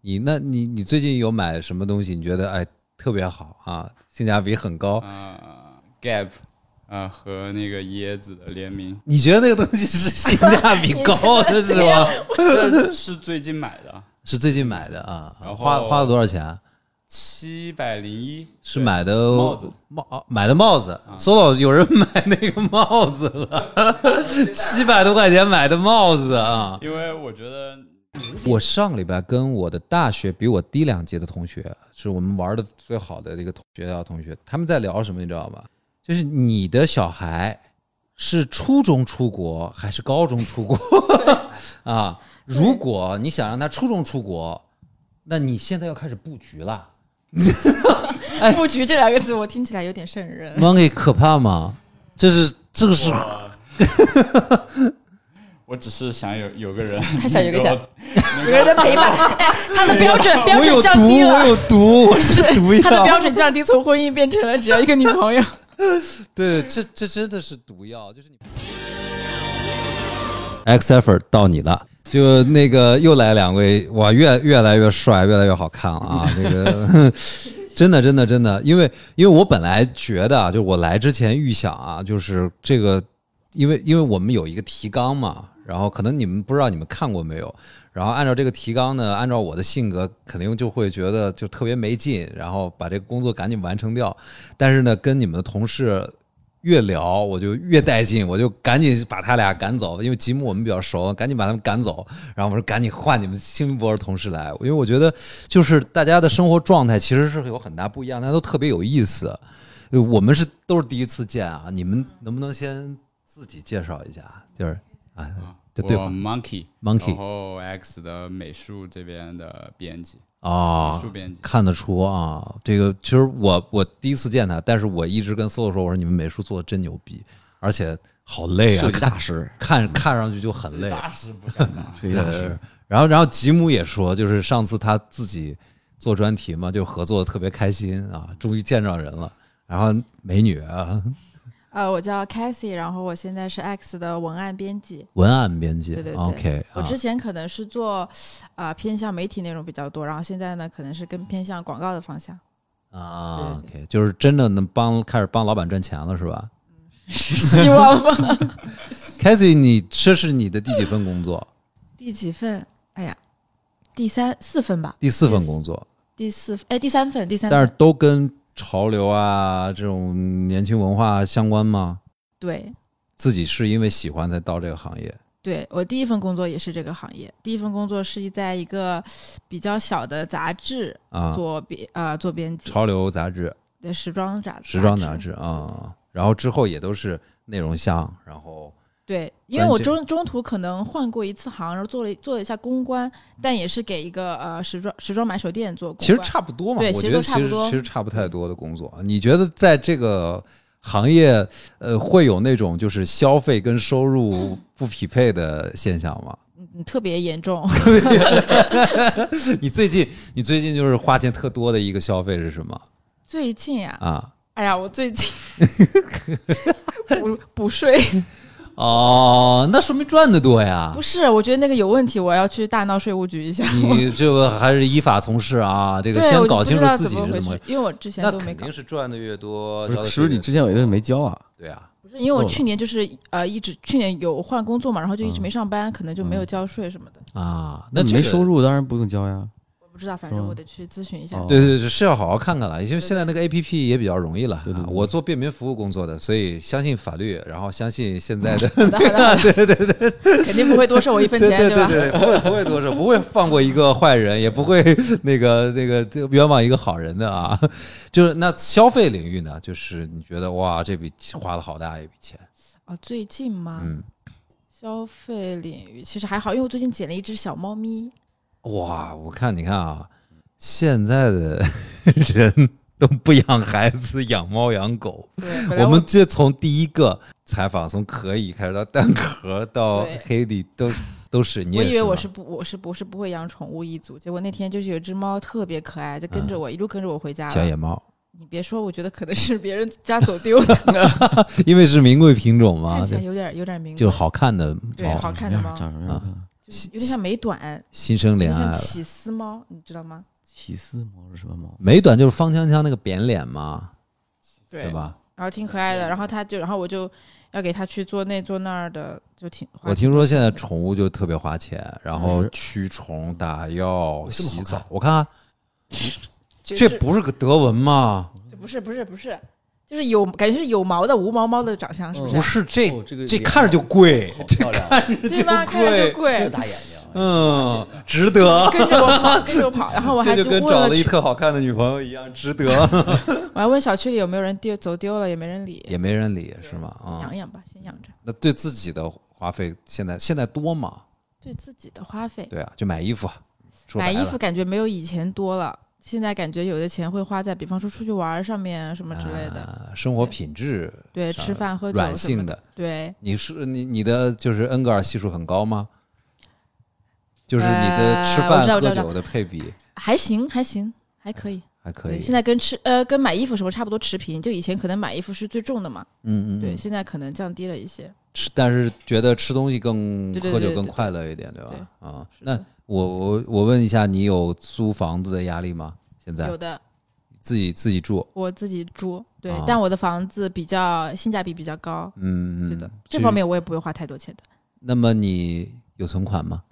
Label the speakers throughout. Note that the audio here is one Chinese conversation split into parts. Speaker 1: 你那你你最近有买什么东西？你觉得哎特别好啊，性价比很高？，
Speaker 2: 啊、g a p 啊、和那个椰子的联名
Speaker 1: 你觉得那个东西是性价比高的是吗？
Speaker 2: 这是最近买的，
Speaker 1: 是最近买的啊，
Speaker 2: 然后
Speaker 1: 花花了多少钱啊？
Speaker 2: 七百零一
Speaker 1: 是买的
Speaker 2: 帽子啊
Speaker 1: 帽哦买的帽子，搜到有人 买那个帽子了， 七百多块钱买的帽子啊！
Speaker 2: 因为我觉得
Speaker 1: 我上个礼拜跟我的大学比我低两届的同学，是我们玩的最好的这个同学校同学，他们在聊什么，你知道吗？就是你的小孩是初中出国还是高中出国 啊？如果你想让他初中出国，那你现在要开始布局了。哎
Speaker 3: 布局这两个字我听起来有点瘆人。
Speaker 1: Monkey 可怕吗？这是这个是
Speaker 2: 我我只是想有有个 人，
Speaker 3: 他想 有个家
Speaker 2: 能够，
Speaker 3: 有人在陪 伴，哎他的标准标
Speaker 1: 我有
Speaker 3: 准降
Speaker 1: 毒，
Speaker 3: 低
Speaker 1: 我
Speaker 3: 了，
Speaker 1: 有毒，我是毒
Speaker 3: 他的标
Speaker 1: 药。
Speaker 3: 准降低，从婚姻变成了只要一个女朋友。
Speaker 1: 对，这这真的是毒药，就是你。X effort 到你了，就那个又来两位，哇，越越来越帅，越来越好看了啊！这个 真的真的真的，因为因为我本来觉得啊，就我来之前预想啊，就是这个，因为因为我们有一个提纲嘛，然后可能你们不知道你们看过没有，然后按照这个提纲呢，按照我的性格，肯定就会觉得就特别没劲，然后把这个工作赶紧完成掉。但是呢，跟你们的同事越聊，我就越带劲，我就赶紧把他俩赶走，因为吉姆我们比较熟，赶紧把他们赶走。然后我说赶紧换你们新博士同事来，因为我觉得就是大家的生活状态其实是有很大不一样，大家都特别有意思。呃我们是都是第一次见啊，你们能不能先自己介绍一下？就是啊，就对
Speaker 2: 我
Speaker 1: 话
Speaker 2: Monkey
Speaker 1: Monkey
Speaker 2: 然后 X 的美术这边的编辑，
Speaker 1: 啊
Speaker 2: 美，术编辑，
Speaker 1: 看得出啊，这个其实我我第一次见他，但是我一直跟搜搜说，我说你们美术做的真牛逼，而且好累啊
Speaker 4: 设，计大师，
Speaker 1: 看看上去就很累。啊
Speaker 2: 师不敢当。
Speaker 4: 设计
Speaker 1: 对
Speaker 4: 大师，，
Speaker 1: 然后然后吉姆也说，就是上次他自己做专题嘛，就合作的特别开心啊，终于见着人了。然后美女啊，
Speaker 3: 呃，我叫 Cassie，然后我现在是 X 的文案编辑。
Speaker 1: 文案编辑
Speaker 3: 对对对
Speaker 1: o k
Speaker 3: 我
Speaker 1: 啊
Speaker 3: 之，前可能是做啊、呃偏向媒体内容比较多，然后现在呢可能是更偏向广告的 方向。
Speaker 1: 啊
Speaker 3: 对
Speaker 1: ，OK，就是真的能帮开始帮老板赚钱了是吧
Speaker 3: 希望吧。
Speaker 1: c a s i e 你这是你的第几份工作？
Speaker 3: 第几份？哎呀，第三四份吧，
Speaker 1: 第四份工作，
Speaker 3: 第四哎第三份第三份。
Speaker 1: 但是都跟潮流啊这种年轻文化相关吗？
Speaker 3: 对
Speaker 1: 自己是因为喜欢才到这个行业，
Speaker 3: 对，我第一份工作也是这个行业，第一份工作是在一个比较小的杂志
Speaker 1: 啊
Speaker 3: 做编啊、做编辑，
Speaker 1: 潮流杂志、
Speaker 3: 对时装杂
Speaker 1: 时装
Speaker 3: 杂
Speaker 1: 杂。志啊，然后之后也都是内容项，然后
Speaker 3: 对，因为
Speaker 1: 关
Speaker 3: 我
Speaker 1: 键
Speaker 3: 中中途可能换过一次行，然后做了做了一下公关，但也是给一个呃时装时装买手店做公关。
Speaker 1: 其实差不多嘛，
Speaker 3: 对
Speaker 1: 我
Speaker 3: 其
Speaker 1: 觉得其
Speaker 3: 实都差不
Speaker 1: 实
Speaker 3: 多
Speaker 1: 其实差不太多的工作。你觉得在这个行业，呃，会有那种就是消费跟收入不匹配的现象吗？
Speaker 3: 嗯特别严重。
Speaker 1: 你最近你最近就是花钱特多的一个消费是什么
Speaker 3: 最近呀、
Speaker 1: 啊？
Speaker 3: 哎呀，我 最近补补税，
Speaker 1: 哦，那说明赚的多呀。
Speaker 3: 不是，我觉得那个有问题，我要去大闹税务局一下。
Speaker 1: 你这个还是依法从事啊，这个
Speaker 3: 对，
Speaker 1: 先
Speaker 3: 我就
Speaker 1: 搞
Speaker 3: 不
Speaker 1: 清
Speaker 3: 知
Speaker 1: 楚
Speaker 3: 道
Speaker 1: 自己
Speaker 3: 怎
Speaker 1: 是
Speaker 3: 回
Speaker 1: 怎么
Speaker 3: 事，，因为我之前
Speaker 1: 那
Speaker 3: 都没
Speaker 1: 肯
Speaker 3: 搞
Speaker 1: 定，是赚的越多，
Speaker 4: 不
Speaker 1: 交
Speaker 4: 是
Speaker 1: 的
Speaker 4: 是不
Speaker 1: 税
Speaker 4: 是你
Speaker 1: 越
Speaker 4: 之前有一个没交啊？
Speaker 1: 对啊，
Speaker 3: 不是因为我
Speaker 4: 够了
Speaker 3: 去年就是呃一直去年有换工作嘛，然后就
Speaker 1: 嗯
Speaker 3: 一直没上班，可能就没有交税什么的，
Speaker 1: 啊，
Speaker 4: 那
Speaker 1: 这
Speaker 4: 你
Speaker 1: 个
Speaker 4: 没收。入当然不用交呀。
Speaker 3: 我不知道，反正
Speaker 4: 嗯
Speaker 3: 我得去咨询一下。
Speaker 4: 哦
Speaker 1: 对对对，是要好好看看了，因为现在那个 A P P 也比较容易了啊。
Speaker 4: 对对对
Speaker 1: 我做便民服务工作的，所以相信法律，然后相信现在的，
Speaker 3: 好的，好的，好的对对对，肯定不会多收我一分
Speaker 1: 对
Speaker 3: 钱，
Speaker 1: 对对
Speaker 3: 吧？
Speaker 1: 对，不会不会多少，不会放过一个坏人，也不会那个那个这个冤枉一个好人的啊。就是那消费领域呢，就是你觉得哇，这笔花了好大一笔钱，
Speaker 3: 哦，最近嘛，
Speaker 1: 嗯，
Speaker 3: 消费领域其实还好，因为我最近捡了一只小 猫咪，
Speaker 1: 哇，我看你看啊，现在的人都不养孩子，养猫养狗。
Speaker 3: 对，本来
Speaker 1: 我们这从第一个采访，从可以开始到蛋壳，到
Speaker 3: 对
Speaker 1: 黑底， 都都是你
Speaker 3: 我
Speaker 1: 也
Speaker 3: 以为我
Speaker 1: 吗
Speaker 3: 是不我是不我是不会养宠物一族，结果那天就是有一只猫特别可爱，就跟着我、一路跟着我回家
Speaker 1: 嗯小
Speaker 3: 了。
Speaker 1: 野猫，
Speaker 3: 你别说，我觉得可能是别人家走丢 的，
Speaker 1: 因为是名贵品种嘛
Speaker 3: 看起，来有点有点名贵，
Speaker 1: 就好看的
Speaker 3: 对
Speaker 1: 猫啊
Speaker 3: 好看的
Speaker 4: 什
Speaker 3: 猫
Speaker 4: 么样长什么样？啊
Speaker 3: 就是有点像美短，
Speaker 1: 新生啊
Speaker 3: 有
Speaker 1: 恋
Speaker 3: 点
Speaker 1: 爱
Speaker 3: 像
Speaker 1: 了。
Speaker 3: 起司猫，你知道吗？
Speaker 4: 起司猫是什么猫？
Speaker 1: 美短就是方锵锵那个扁脸嘛，对
Speaker 3: 对？
Speaker 1: 吧？
Speaker 3: 然后挺可爱的，然后他就，然后我就要给他去做那做那儿的，就挺。花嗯
Speaker 1: 我
Speaker 3: 挺
Speaker 1: 听
Speaker 3: 多
Speaker 1: 说现在
Speaker 3: 钱的
Speaker 1: 宠物就特别花钱，然后驱虫、打药、洗澡。我看啊
Speaker 3: 就
Speaker 1: 这
Speaker 3: 是
Speaker 1: 不是个德文吗？
Speaker 3: 这不是不是不是，就是有感觉是有毛的无毛猫的长相，是不
Speaker 1: 不
Speaker 3: 是？
Speaker 1: 是这
Speaker 5: 哦这个
Speaker 1: 哎这
Speaker 5: 脸
Speaker 1: 看着就贵，
Speaker 5: 好漂亮，
Speaker 3: 对吧？看着就
Speaker 5: 这
Speaker 3: 贵，
Speaker 5: 大眼睛，啊
Speaker 1: 嗯，值得。
Speaker 3: 跟着我 跑，跟着我跑。然后我还
Speaker 1: 这就
Speaker 3: 问
Speaker 1: 跟找
Speaker 3: 了
Speaker 1: 了
Speaker 3: 群
Speaker 1: 一，特好看的女朋友一样， 值得。
Speaker 3: 我还问小区里有没有人丢走丢了，也没人理，
Speaker 1: 也没人理是吗？啊、
Speaker 3: 养养吧，先养着。
Speaker 1: 那对自己的花费现在现在多吗？
Speaker 3: 对自己的花费，
Speaker 1: 对啊，就买衣服啊，说
Speaker 3: 买
Speaker 1: 白
Speaker 3: 衣
Speaker 1: 了
Speaker 3: 服感觉没有以前多了，现在感觉有的钱会花在比方说出去玩儿上面什么之类的，
Speaker 1: 啊生活品质
Speaker 3: 对，
Speaker 1: 上
Speaker 3: 吃饭喝酒
Speaker 1: 软
Speaker 3: 什么
Speaker 1: 性，的。
Speaker 3: 对，
Speaker 1: 你是你你的就是恩格尔系数很高吗？就是你的吃
Speaker 3: 呃我
Speaker 1: 饭
Speaker 3: 知道
Speaker 1: 喝
Speaker 3: 我知道
Speaker 1: 酒的配比
Speaker 3: 还行还行还可以，
Speaker 1: 还可
Speaker 3: 对，
Speaker 1: 以。
Speaker 3: 现在跟吃呃跟买衣服什么差不多持平，就以前可能买衣服是最重的嘛，
Speaker 1: 嗯嗯，
Speaker 3: 对，
Speaker 1: 嗯
Speaker 3: 现在可能降低了一些。
Speaker 1: 吃，但是觉得吃东西更
Speaker 3: 对对对
Speaker 1: 喝
Speaker 3: 对
Speaker 1: 酒
Speaker 3: 对
Speaker 1: 更
Speaker 3: 对
Speaker 1: 快乐一点，对吧？啊，
Speaker 3: 是
Speaker 1: 那
Speaker 3: 的
Speaker 1: 我我我问一下，你有租房子的压力吗？现在
Speaker 3: 有的
Speaker 1: 自己自己住，
Speaker 3: 我自己住，对，
Speaker 1: 啊
Speaker 3: 但我的房子比较性价比比较高，
Speaker 1: 嗯，
Speaker 3: 对
Speaker 1: 嗯
Speaker 3: 的，
Speaker 1: 嗯
Speaker 3: 这方。面我也不会花太多钱的。
Speaker 1: 那么你有存款 吗？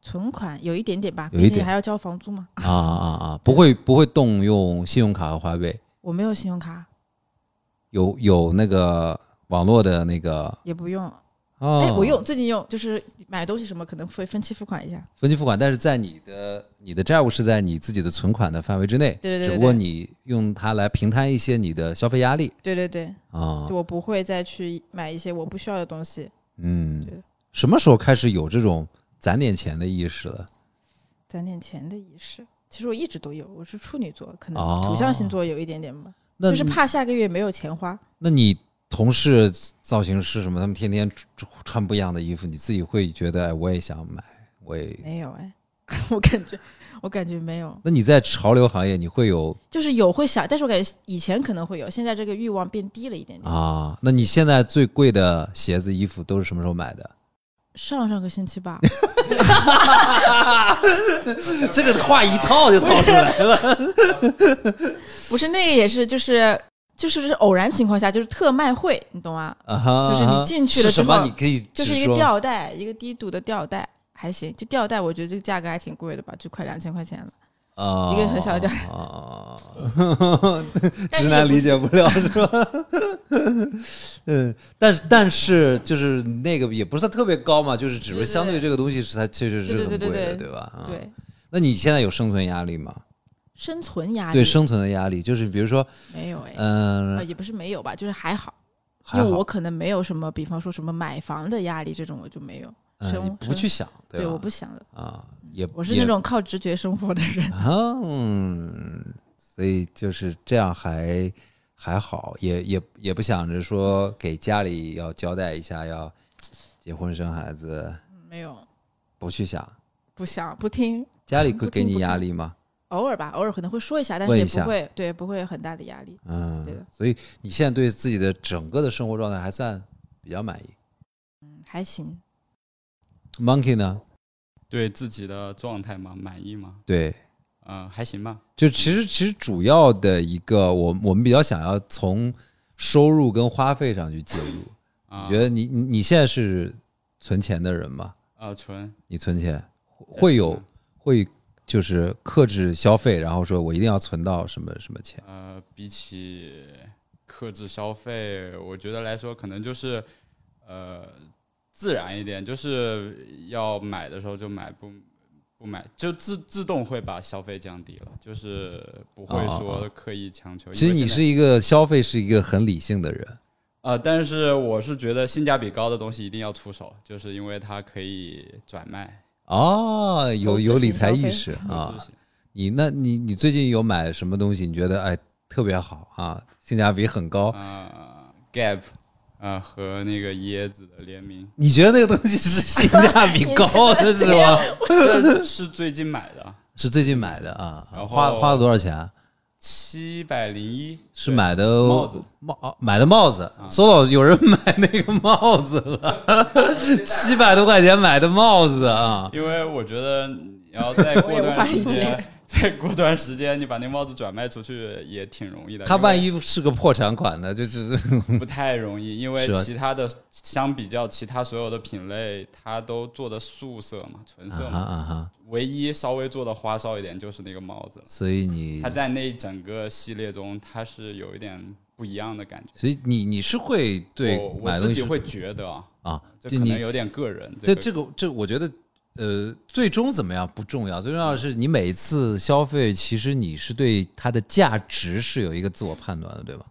Speaker 3: 存款有一点点吧，
Speaker 1: 有一
Speaker 3: 毕竟
Speaker 1: 点
Speaker 3: 还要交房租嘛。
Speaker 1: 啊啊啊！不会不会动用信用卡和花呗，
Speaker 3: 我没有信用卡，
Speaker 1: 有有那个网络的那个
Speaker 3: 也不用。
Speaker 1: 哦，
Speaker 3: 哎，我用最近用，就是买东西什么可能会分期付款一下。
Speaker 1: 分期付款，但是在你的你的债务是在你自己的存款的范围之内，
Speaker 3: 对对对
Speaker 1: 只不过你用它来平摊一些你的消费压力
Speaker 3: 对对对，
Speaker 1: 啊
Speaker 3: 就，我不会再去买一些我不需要的东西。
Speaker 1: 嗯
Speaker 3: 对的，
Speaker 1: 什么时候开始有这种攒点钱的意识了？
Speaker 3: 攒点钱的意识，其实我一直都有。我是处女座，可
Speaker 1: 哦
Speaker 3: 能土象星座有一点点吧，
Speaker 1: 那
Speaker 3: 就是怕下个月没有钱花。
Speaker 1: 那你同事造型师什么，他们天天穿穿不一样的衣服，你自己会觉得哎，我也想买，我也。
Speaker 3: 没有哎， 我感觉我感觉没有，
Speaker 1: 那你在潮流行业，你会有
Speaker 3: 就是有会想，但是我感觉以前可能会有，现在这个欲望变低了一点点。
Speaker 1: 啊？那你现在最贵的鞋子、衣服都是什么时候买的？
Speaker 3: 上上个星期吧，
Speaker 1: 这个话一套就套出来了。
Speaker 3: 不是那个也是，就是就是是偶然情况下，就是特卖会，你懂吗？
Speaker 1: 啊哈
Speaker 3: 就是你进去了
Speaker 1: 是什
Speaker 3: 之后
Speaker 1: 么？你可以
Speaker 3: 就是
Speaker 1: 直
Speaker 3: 一个
Speaker 1: 说
Speaker 3: 吊带，一个低度的吊带，还行。就吊带，我觉得这个价格还挺贵的吧，就快两千块钱了。
Speaker 1: 啊
Speaker 3: 一个很小的
Speaker 1: 啊，
Speaker 3: 但
Speaker 1: 直
Speaker 3: 是
Speaker 1: 男
Speaker 3: 也
Speaker 1: 理解不了是吧？ 嗯，但是但是就是那个也不是它特别高嘛，就是只是
Speaker 3: 对对
Speaker 1: 相对
Speaker 3: 对
Speaker 1: 这个东西是它确实是
Speaker 3: 对对
Speaker 1: 很
Speaker 3: 对对
Speaker 1: 贵的，
Speaker 3: 对
Speaker 1: 吧？啊
Speaker 3: 对，
Speaker 1: 那你现在有生存压力吗？
Speaker 3: 生存压力
Speaker 1: 对生存的压力，就是比如说，
Speaker 3: 没有哎，
Speaker 1: 嗯
Speaker 3: 啊，也不是没有吧，就是还好，
Speaker 1: 还
Speaker 3: 因为
Speaker 1: 好
Speaker 3: 我可能没有什么，比方说什么买房的压力这种，我就没有。
Speaker 1: 嗯
Speaker 3: 生
Speaker 1: 你不
Speaker 3: 生
Speaker 1: 去想，
Speaker 3: 对，
Speaker 1: 吧？
Speaker 3: 我不想的，
Speaker 1: 啊，也
Speaker 3: 我是
Speaker 1: 也
Speaker 3: 那种靠直觉生活的人。
Speaker 1: 啊，嗯，所以就是这样还还好，也也也不想着说给家里要交代一下要结婚生孩子，
Speaker 3: 没有，
Speaker 1: 不去想，
Speaker 3: 不想不听，
Speaker 1: 家里
Speaker 3: 不
Speaker 1: 会给
Speaker 3: 听
Speaker 1: 你
Speaker 3: 不
Speaker 1: 压
Speaker 3: 听
Speaker 1: 力吗？
Speaker 3: 偶尔吧，偶尔可能会说一下，但
Speaker 1: 问
Speaker 3: 是也
Speaker 1: 一下
Speaker 3: 不会，对，不会有很大的压力。对
Speaker 1: 嗯
Speaker 3: 的，
Speaker 1: 所以你现在对自己的整个的生活状态还算比较满意。
Speaker 3: 嗯，还行，
Speaker 1: Monkey 呢？
Speaker 2: 对自己的状态嘛满意吗？
Speaker 1: 对，
Speaker 2: 嗯、还行吧。
Speaker 1: 就其实其实主要的一个，我我们比较想要从收入跟花费上去介入。
Speaker 2: 啊、
Speaker 1: 你觉得你你你现在是存钱的人吗？
Speaker 2: 啊纯
Speaker 1: 你存钱会
Speaker 2: 嗯
Speaker 1: 有会就是克制消费，然后说我一定要存到什么什么钱
Speaker 2: 呃，比起克制消费，我觉得来说可能就是呃自然一点，就是要买的时候就买，不不买就自自动会把消费降低了，就是不会
Speaker 1: 哦哦
Speaker 2: 说刻意强求。
Speaker 1: 其实
Speaker 2: 因为
Speaker 1: 你
Speaker 2: 现在
Speaker 1: 是一个消费是一个很理性的人，
Speaker 2: 呃，但是我是觉得性价比高的东西一定要出手，就是因为它可以转卖
Speaker 1: 哦，有
Speaker 3: 投资
Speaker 1: 有理
Speaker 3: 型
Speaker 1: 财
Speaker 3: 消
Speaker 1: 意
Speaker 3: 费
Speaker 1: 识
Speaker 2: 投
Speaker 1: 啊
Speaker 2: 资。型
Speaker 1: 你那你你最近有买什么东西？你觉得哎特别好啊，性价比很高？，
Speaker 2: 啊、Gap 啊、和那个椰子的联名
Speaker 1: 你觉得那个东西是性价比高的是吗？
Speaker 2: 这是最近买的，
Speaker 1: 是最近买的啊？
Speaker 2: 然后
Speaker 1: 花花了多少钱？啊
Speaker 2: 七百零一
Speaker 1: 是买的
Speaker 2: 帽子啊
Speaker 1: 帽哦买的帽子，solo 有人买那个帽子了， 七百多块钱买的帽子啊，
Speaker 2: 因为我觉得你要再
Speaker 3: 我也
Speaker 2: 过
Speaker 3: 无法
Speaker 2: 段时
Speaker 3: 理解
Speaker 2: 间，再过段时间你把那帽子转卖出去也挺容易的。
Speaker 1: 他
Speaker 2: 因为
Speaker 1: 万一是个破产款呢，就是
Speaker 2: 不太容易，因为
Speaker 1: 是吧啊
Speaker 2: 其他的相比较其他所有的品类，它都做的素色嘛，纯
Speaker 1: 啊
Speaker 2: 色
Speaker 1: 哈
Speaker 2: 嘛，
Speaker 1: 啊哈，
Speaker 2: 唯一稍微做的花哨一点就是那个帽子了，
Speaker 1: 所以你
Speaker 2: 它在那整个系列中，它是有一点不一样的感觉。
Speaker 1: 所以你你是会对
Speaker 2: 我我
Speaker 1: 买
Speaker 2: 自
Speaker 1: 东
Speaker 2: 己
Speaker 1: 西
Speaker 2: 会觉得啊，
Speaker 1: 啊，
Speaker 2: 这
Speaker 1: 就
Speaker 2: 可能
Speaker 1: 你
Speaker 2: 有点个人。
Speaker 1: 对
Speaker 2: 这
Speaker 1: 这个这我觉得呃最终怎么样不重要，最重要的是你每一次消费，其实你是对它的价值是有一个自我判断的，对吧？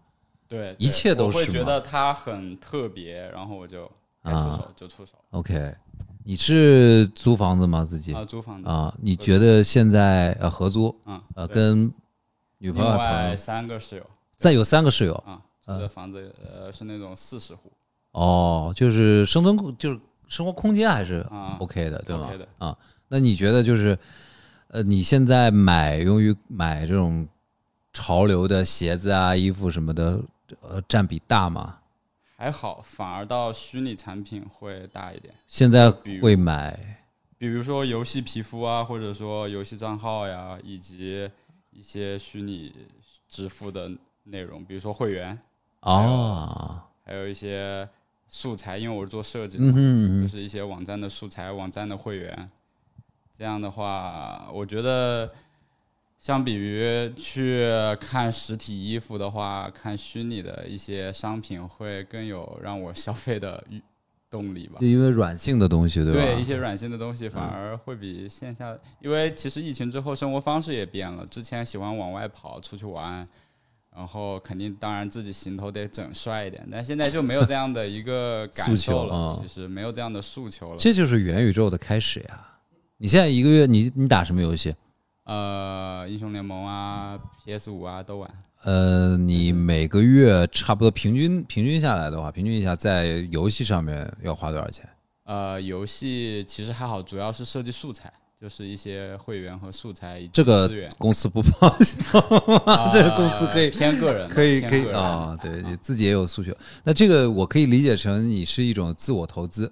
Speaker 2: 对
Speaker 1: 一切都
Speaker 2: 我会
Speaker 1: 是
Speaker 2: 觉
Speaker 1: 嘛
Speaker 2: 得它很特别，然后我就该
Speaker 1: 啊
Speaker 2: 出手就出手
Speaker 1: OK，你是租房子吗？自己
Speaker 2: 啊，租房子
Speaker 1: 啊？你觉得现在呃合租
Speaker 2: 嗯
Speaker 1: 呃
Speaker 2: 对
Speaker 1: 跟女朋
Speaker 2: 另
Speaker 1: 友朋友
Speaker 2: 外三个室友
Speaker 1: 再有三个室友
Speaker 2: 啊，租的房子呃是那种四十户
Speaker 1: 哦，就是生存空就是生活空间还是
Speaker 2: 啊
Speaker 1: OK 的，对吗
Speaker 2: OK 的？
Speaker 1: 啊，那你觉得就是呃你现在买用于买这种潮流的鞋子啊、衣服什么的，呃占比大吗？
Speaker 2: 还好，反而到虚拟产品会大一点，
Speaker 1: 现在
Speaker 2: 比如
Speaker 1: 会买
Speaker 2: 比如说游戏皮肤啊，或者说游戏账号呀，以及一些虚拟支付的内容，比如说会员，
Speaker 1: 哦，
Speaker 2: 还有一些素材，因为我是做设计的
Speaker 1: 嗯
Speaker 2: 嘛，
Speaker 1: 哼嗯哼
Speaker 2: 就是一些网站的素材、网站的会员。这样的话，我觉得相比于去看实体衣服的话，看虚拟的一些商品会更有让我消费的欲动力吧。
Speaker 1: 就因为软性的东西，对吧？嗯
Speaker 2: 一些软性的东西反而会比线下，因为其实疫情之后生活方式也变了，之前喜欢往外跑出去玩，然后肯定当然自己行头得整帅一点，但现在就没有这样的一个
Speaker 1: 诉
Speaker 2: 感
Speaker 1: 求
Speaker 2: 受了，
Speaker 1: 啊
Speaker 2: 其实没有这样的诉求了。
Speaker 1: 这就是元宇宙的开始呀！你现在一个月你你打什么游戏？
Speaker 2: 呃，英雄联盟啊，PS 五啊都玩，
Speaker 1: 呃，你每个月差不多平均平均下来的话，平均一下在游戏上面要花多少钱？
Speaker 2: 呃，游戏其实还好，主要是设计素材。就是一些会员和素材以及
Speaker 1: 这个，
Speaker 2: 资源
Speaker 1: 公司不报销， 这个公司可
Speaker 2: 呃
Speaker 1: 以
Speaker 2: 偏个人 的，
Speaker 1: 可以
Speaker 2: 偏
Speaker 1: 可以
Speaker 2: 个人的
Speaker 1: 啊，对，你自己也有诉求。那这个我可以理解成你是一种自我投资，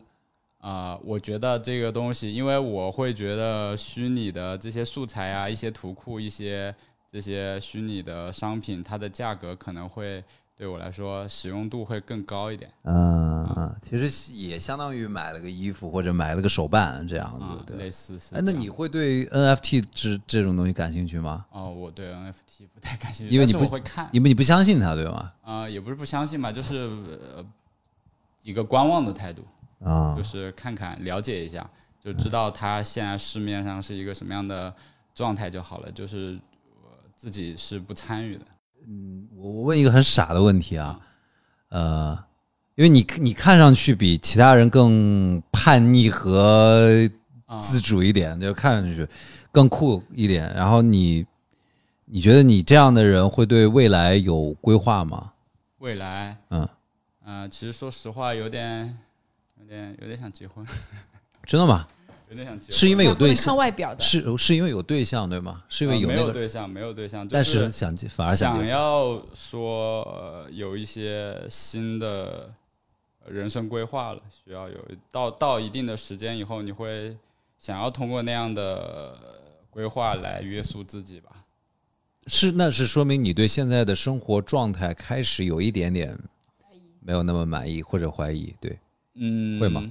Speaker 2: 啊、我觉得这个东西，因为我会觉得虚拟的这些素材啊、一些图库、一些这些虚拟的商品，它的价格可能会对我来说使用度会更高一点
Speaker 1: 嗯嗯，其实也相当于买了个衣服或者买了个手办这样
Speaker 2: 啊
Speaker 1: 子，，对
Speaker 2: 类
Speaker 1: 吧。
Speaker 2: 似是这
Speaker 1: 哎，
Speaker 2: 样。
Speaker 1: 那你会对 NFT 这这种东西感兴趣吗？
Speaker 2: 哦，我对 NFT 不太感兴趣，
Speaker 1: 因为
Speaker 2: 但
Speaker 1: 你
Speaker 2: 是
Speaker 1: 不
Speaker 2: 我会看
Speaker 1: 因为你不相信它，对吗？
Speaker 2: 啊、也不是不相信吧，就是、呃、一个观望的态度。
Speaker 1: 啊
Speaker 2: 就是看看了解一下，就知道它现在市面上是一个什么样的状态就好了。就是我自己是不参与的，
Speaker 1: 我我问一个很傻的问题啊，呃，因为你你看上去比其他人更叛逆和
Speaker 2: 啊
Speaker 1: 自主一点，就看上去更酷一点。然后你你觉得你这样的人会对未来有规划吗？
Speaker 2: 未来，
Speaker 1: 嗯，
Speaker 2: 呃，其实说实话，有点，有点，有点想结婚，
Speaker 1: 真的吗？
Speaker 2: 有点想结婚。
Speaker 1: 是因为有对
Speaker 3: 看
Speaker 1: 象，
Speaker 3: 外表的，
Speaker 1: 是是因为有对象对吗？是因为
Speaker 2: 呃
Speaker 1: 有
Speaker 2: 没
Speaker 1: 那
Speaker 2: 有
Speaker 1: 个，
Speaker 2: 对象，没有对象，就
Speaker 1: 但是想结反而想
Speaker 2: 想
Speaker 1: 结
Speaker 2: 要说、呃有一些新的人生规划了，需要有到到一定的时间以后，你会想要通过那样的规划来约束自己吧？
Speaker 1: 是那是说明你对现在的生活状态开始有一点点没有那么满意或者怀疑，对。
Speaker 2: 嗯，
Speaker 1: 会吗？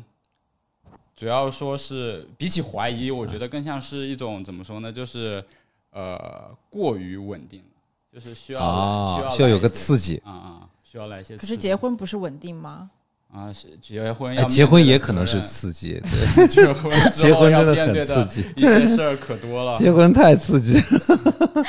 Speaker 2: 主要说是比起怀疑，我觉得更像是一种怎么说呢，就是呃过于稳定了，就是需要、需
Speaker 1: 啊
Speaker 2: 要，
Speaker 1: 需要有个
Speaker 2: 刺
Speaker 1: 刺激。
Speaker 2: 啊啊，需要来一些刺激。
Speaker 3: 可是结婚不是稳定吗？
Speaker 2: 啊，是结婚要
Speaker 1: 哎，
Speaker 2: 面
Speaker 1: 结婚
Speaker 2: 对的
Speaker 1: 也
Speaker 2: 责
Speaker 1: 可能是
Speaker 2: 任
Speaker 1: 刺 激，
Speaker 2: 结婚之后
Speaker 1: 结婚
Speaker 2: 要
Speaker 1: 真的
Speaker 2: 面
Speaker 1: 很
Speaker 2: 对的
Speaker 1: 刺激
Speaker 2: 一些事儿可多 了。
Speaker 1: 结婚太刺激 了，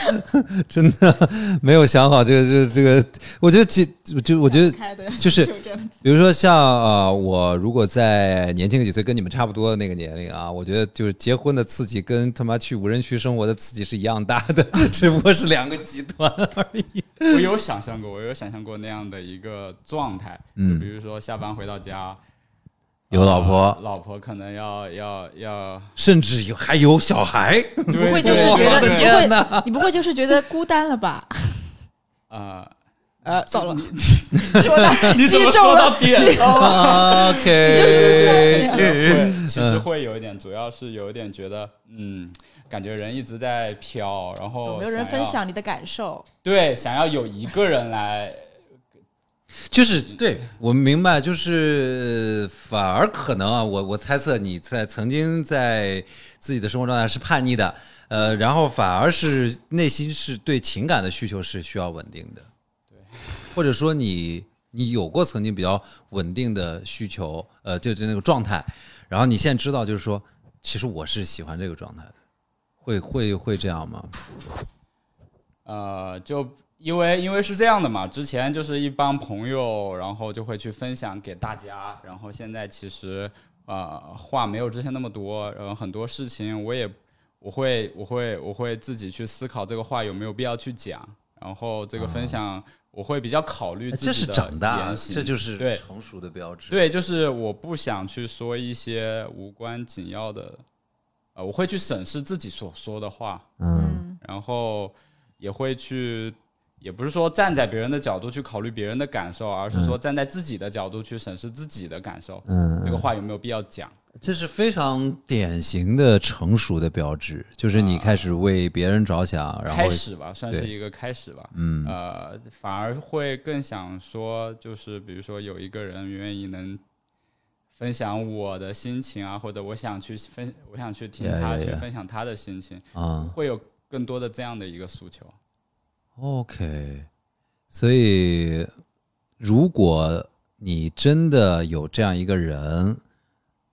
Speaker 1: 真的没有想好这个这个这个。我觉得结，就我觉得
Speaker 3: 开的
Speaker 1: 就是
Speaker 3: 有这样的
Speaker 1: 比如说像呃，我如果在年轻个几岁，跟你们差不多的那个年龄啊，我觉得就是结婚的刺激跟他妈去无人区生活的刺激是一样大的， 只不过是两个极端而已。
Speaker 2: 我有想象过，我有想象过那样的一个状态，就比
Speaker 1: 嗯，
Speaker 2: 如说下班回到家，
Speaker 1: 有老婆
Speaker 2: 呃，老婆可能要要要，
Speaker 1: 啊甚至有还有小孩，
Speaker 2: 不
Speaker 3: 不会就是觉
Speaker 1: 我
Speaker 3: 得
Speaker 1: 的
Speaker 3: 你
Speaker 1: 天
Speaker 3: 不
Speaker 1: 哪
Speaker 3: 会，你不会就是觉得孤单了吧？
Speaker 2: 呃，
Speaker 3: 呃，糟了，
Speaker 2: 说
Speaker 3: 到
Speaker 2: 你怎么
Speaker 3: 击中
Speaker 2: 说
Speaker 3: 了
Speaker 2: 到点上了？哦
Speaker 3: 你就是
Speaker 1: ？OK，
Speaker 2: 其实
Speaker 1: 嗯
Speaker 2: 会，其实会有一点，主要是有一点觉得，嗯，感觉人一直在飘，然后
Speaker 3: 有没有人
Speaker 2: 想
Speaker 3: 分
Speaker 2: 要？
Speaker 3: 享你的感受？
Speaker 1: 嗯
Speaker 2: 对，想要有一个人来，
Speaker 1: 就是对我明白，就是反而可能啊，我我猜测你在曾经在自己的生活状态是叛逆的，呃，然后反而是内心是对情感的需求是需要稳定的，
Speaker 2: 对，
Speaker 1: 或者说你你有过曾经比较稳定的需求，呃，就就那个状态，然后你现在知道就是说，其实我是喜欢这个状态的，会会会这样吗？
Speaker 2: 呃，就因为因为是这样的嘛，之前就是一帮朋友，然后就会去分享给大家，然后现在其实呃话没有之前那么多，然后很多事情我也我会我会我会自己去思考这个话有没有必要去讲，然后这个分享我会比较考虑
Speaker 1: 哦
Speaker 2: 自己
Speaker 1: 哎这是
Speaker 2: 的
Speaker 1: 长大，
Speaker 2: 言行
Speaker 1: 这就是
Speaker 2: 对
Speaker 1: 成熟的标志。
Speaker 2: 对，就是我不想去说一些无关紧要的，呃，我会去审视自己所说的话，
Speaker 1: 嗯，
Speaker 3: 嗯
Speaker 2: 然后也会去，也不是说站在别人的角度去考虑别人的感受，而是说站在自己的角度去审视自己的感受。
Speaker 1: 嗯，
Speaker 2: 这个话有没有必要讲？
Speaker 1: 这是非常典型的成熟的标志，就是你开始为别人着想，然后
Speaker 2: 啊开始吧，算是
Speaker 1: 对
Speaker 2: 一个开始吧。
Speaker 1: 嗯
Speaker 2: 呃，反而会更想说，就是比如说有一个人愿意能分享我的心情啊，或者我想去分，我想去听
Speaker 1: Yeah,
Speaker 2: 他
Speaker 1: yeah,
Speaker 2: 去
Speaker 1: yeah.
Speaker 2: 分享他的心情，
Speaker 1: 啊、
Speaker 2: 会有更多的这样的一个诉求。
Speaker 1: o k 所以如果你真的有这样一个人，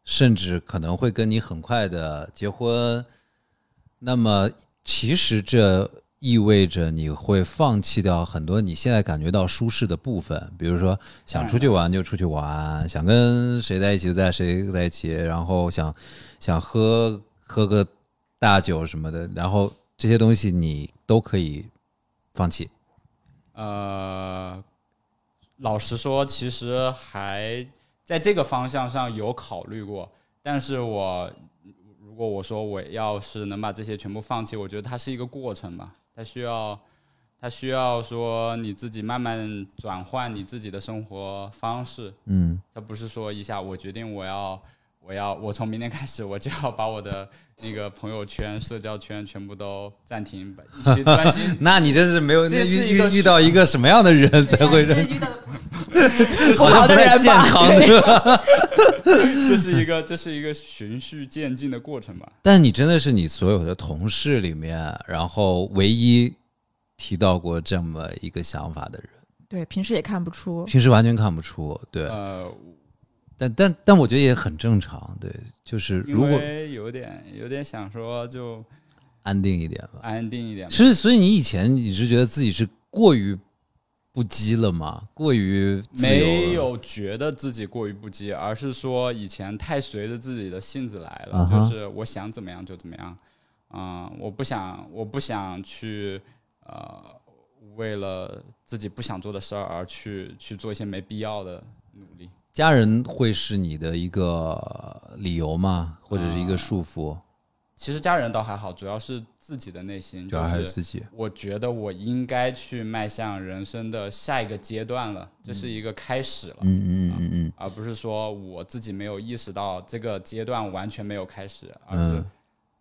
Speaker 1: 甚至可能会跟你很快的结婚，那么其实这意味着你会放弃掉很多你现在感觉到舒适的部分，比如说想出去玩就出去玩，想跟谁在一起就在谁在一起，然后想想喝喝个大酒什么的，然后这些东西你都可以放弃。
Speaker 2: 呃，老实说，其实还在这个方向上有考虑过，但是我如果我说我要是能把这些全部放弃，我觉得它是一个过程嘛，它需要它需要说你自己慢慢转换你自己的生活方式，
Speaker 1: 嗯，
Speaker 2: 它不是说一下我决定我要。我要，我从明天开始，我就要把我的那个朋友圈、社交圈全部都暂停，把一些专心
Speaker 1: 那你这是没有
Speaker 2: 这
Speaker 1: 那
Speaker 2: 是
Speaker 1: 遇
Speaker 2: 一个
Speaker 1: 遇遇到一个什么样的人 才会
Speaker 3: 对
Speaker 1: 这
Speaker 3: 呀这遇到
Speaker 1: 好像
Speaker 3: 的
Speaker 1: 不太健康
Speaker 3: 不好的
Speaker 1: 的？
Speaker 2: 这是一个这是一个循序渐进的过程吧？
Speaker 1: 但你真的是你所有的同事里面，然后唯一提到过这么一个想法的人，
Speaker 3: 对，平时也看不出。
Speaker 1: 平时完全看不出。对，
Speaker 2: 呃，
Speaker 1: 但但但我觉得也很正常。对，就是
Speaker 2: 因
Speaker 1: 如果
Speaker 2: 为有点有点想说就
Speaker 1: 安定一点吧。
Speaker 2: 安定一点吧，
Speaker 1: 是，所以你以前你是觉得自己是过于不羁了吗？过于自由了
Speaker 2: 没有觉得自己过于不羁，而是说以前太随着自己的性子来了，
Speaker 1: 啊哈
Speaker 2: 就是我想怎么样就怎么样，嗯、我不想我不想去呃为了自己不想做的事儿而去去做一些没必要的努力。
Speaker 1: 家人会是你的一个理由吗？或者是一个束缚？
Speaker 2: 其实家人倒还好，主要是自己的内心，
Speaker 1: 主
Speaker 2: 就
Speaker 1: 要还
Speaker 2: 是
Speaker 1: 是自己。
Speaker 2: 我觉得我应该去迈向人生的下一个阶段了，这是一个开始了，啊
Speaker 1: 嗯嗯嗯嗯。
Speaker 2: 而不是说我自己没有意识到这个阶段完全没有开始，而是
Speaker 1: 嗯，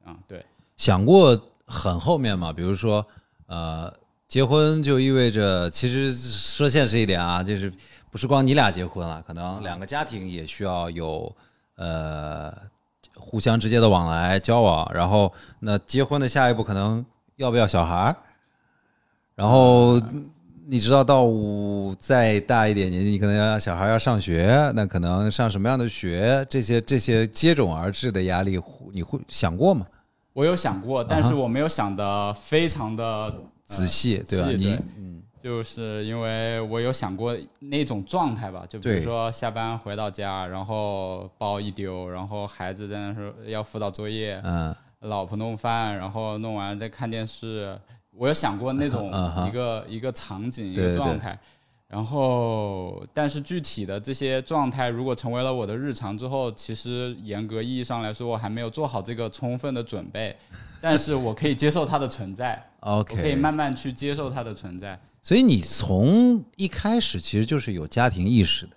Speaker 2: 嗯，对，
Speaker 1: 想过很后面嘛？比如说，呃，结婚就意味着，其实说现实一点啊，就是不是光你俩结婚了，可能两个家庭也需要有呃互相直接的往来交往，然后那结婚的下一步可能要不要小孩儿，然后。你知道，到我再大一点年纪，你可能要小孩要上学，那可能上什么样的学，这些这些接踵而至的压力，你会想过吗？
Speaker 2: 我有想过，但是我没有想的非常的
Speaker 1: 仔细，啊对吧？
Speaker 2: 仔
Speaker 1: 你
Speaker 2: 细对
Speaker 1: 嗯，
Speaker 2: 就是因为我有想过那种状态吧，就比
Speaker 1: 对
Speaker 2: 如说下班回到家，然后包一丢，然后孩子在那说要辅导作业，
Speaker 1: 嗯
Speaker 2: 老婆弄饭，然后弄完再看电视。我有想过那种
Speaker 1: 嗯哼
Speaker 2: 一个、一个场景一
Speaker 1: 对
Speaker 2: 个
Speaker 1: 对
Speaker 2: 状态，然后但是具体的这些状态如果成为了我的日常之后，其实严格意义上来说，我还没有做好这个充分 的准备，但是我可以接受它的存在，我可以
Speaker 1: ，OK，
Speaker 2: 慢慢去接受它的存在。
Speaker 1: 所以你从一开始其实就是有家庭意识的，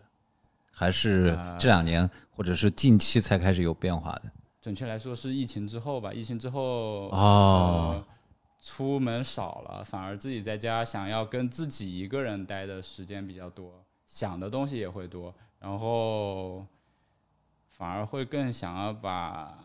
Speaker 1: 还是这两年或者是近期才开始有变化的？
Speaker 2: 准确来说是疫情之后吧，疫情之后
Speaker 1: 哦
Speaker 2: 呃出门少了，反而自己在家想要跟自己一个人待的时间比较多，想的东西也会多，然后反而会更想要把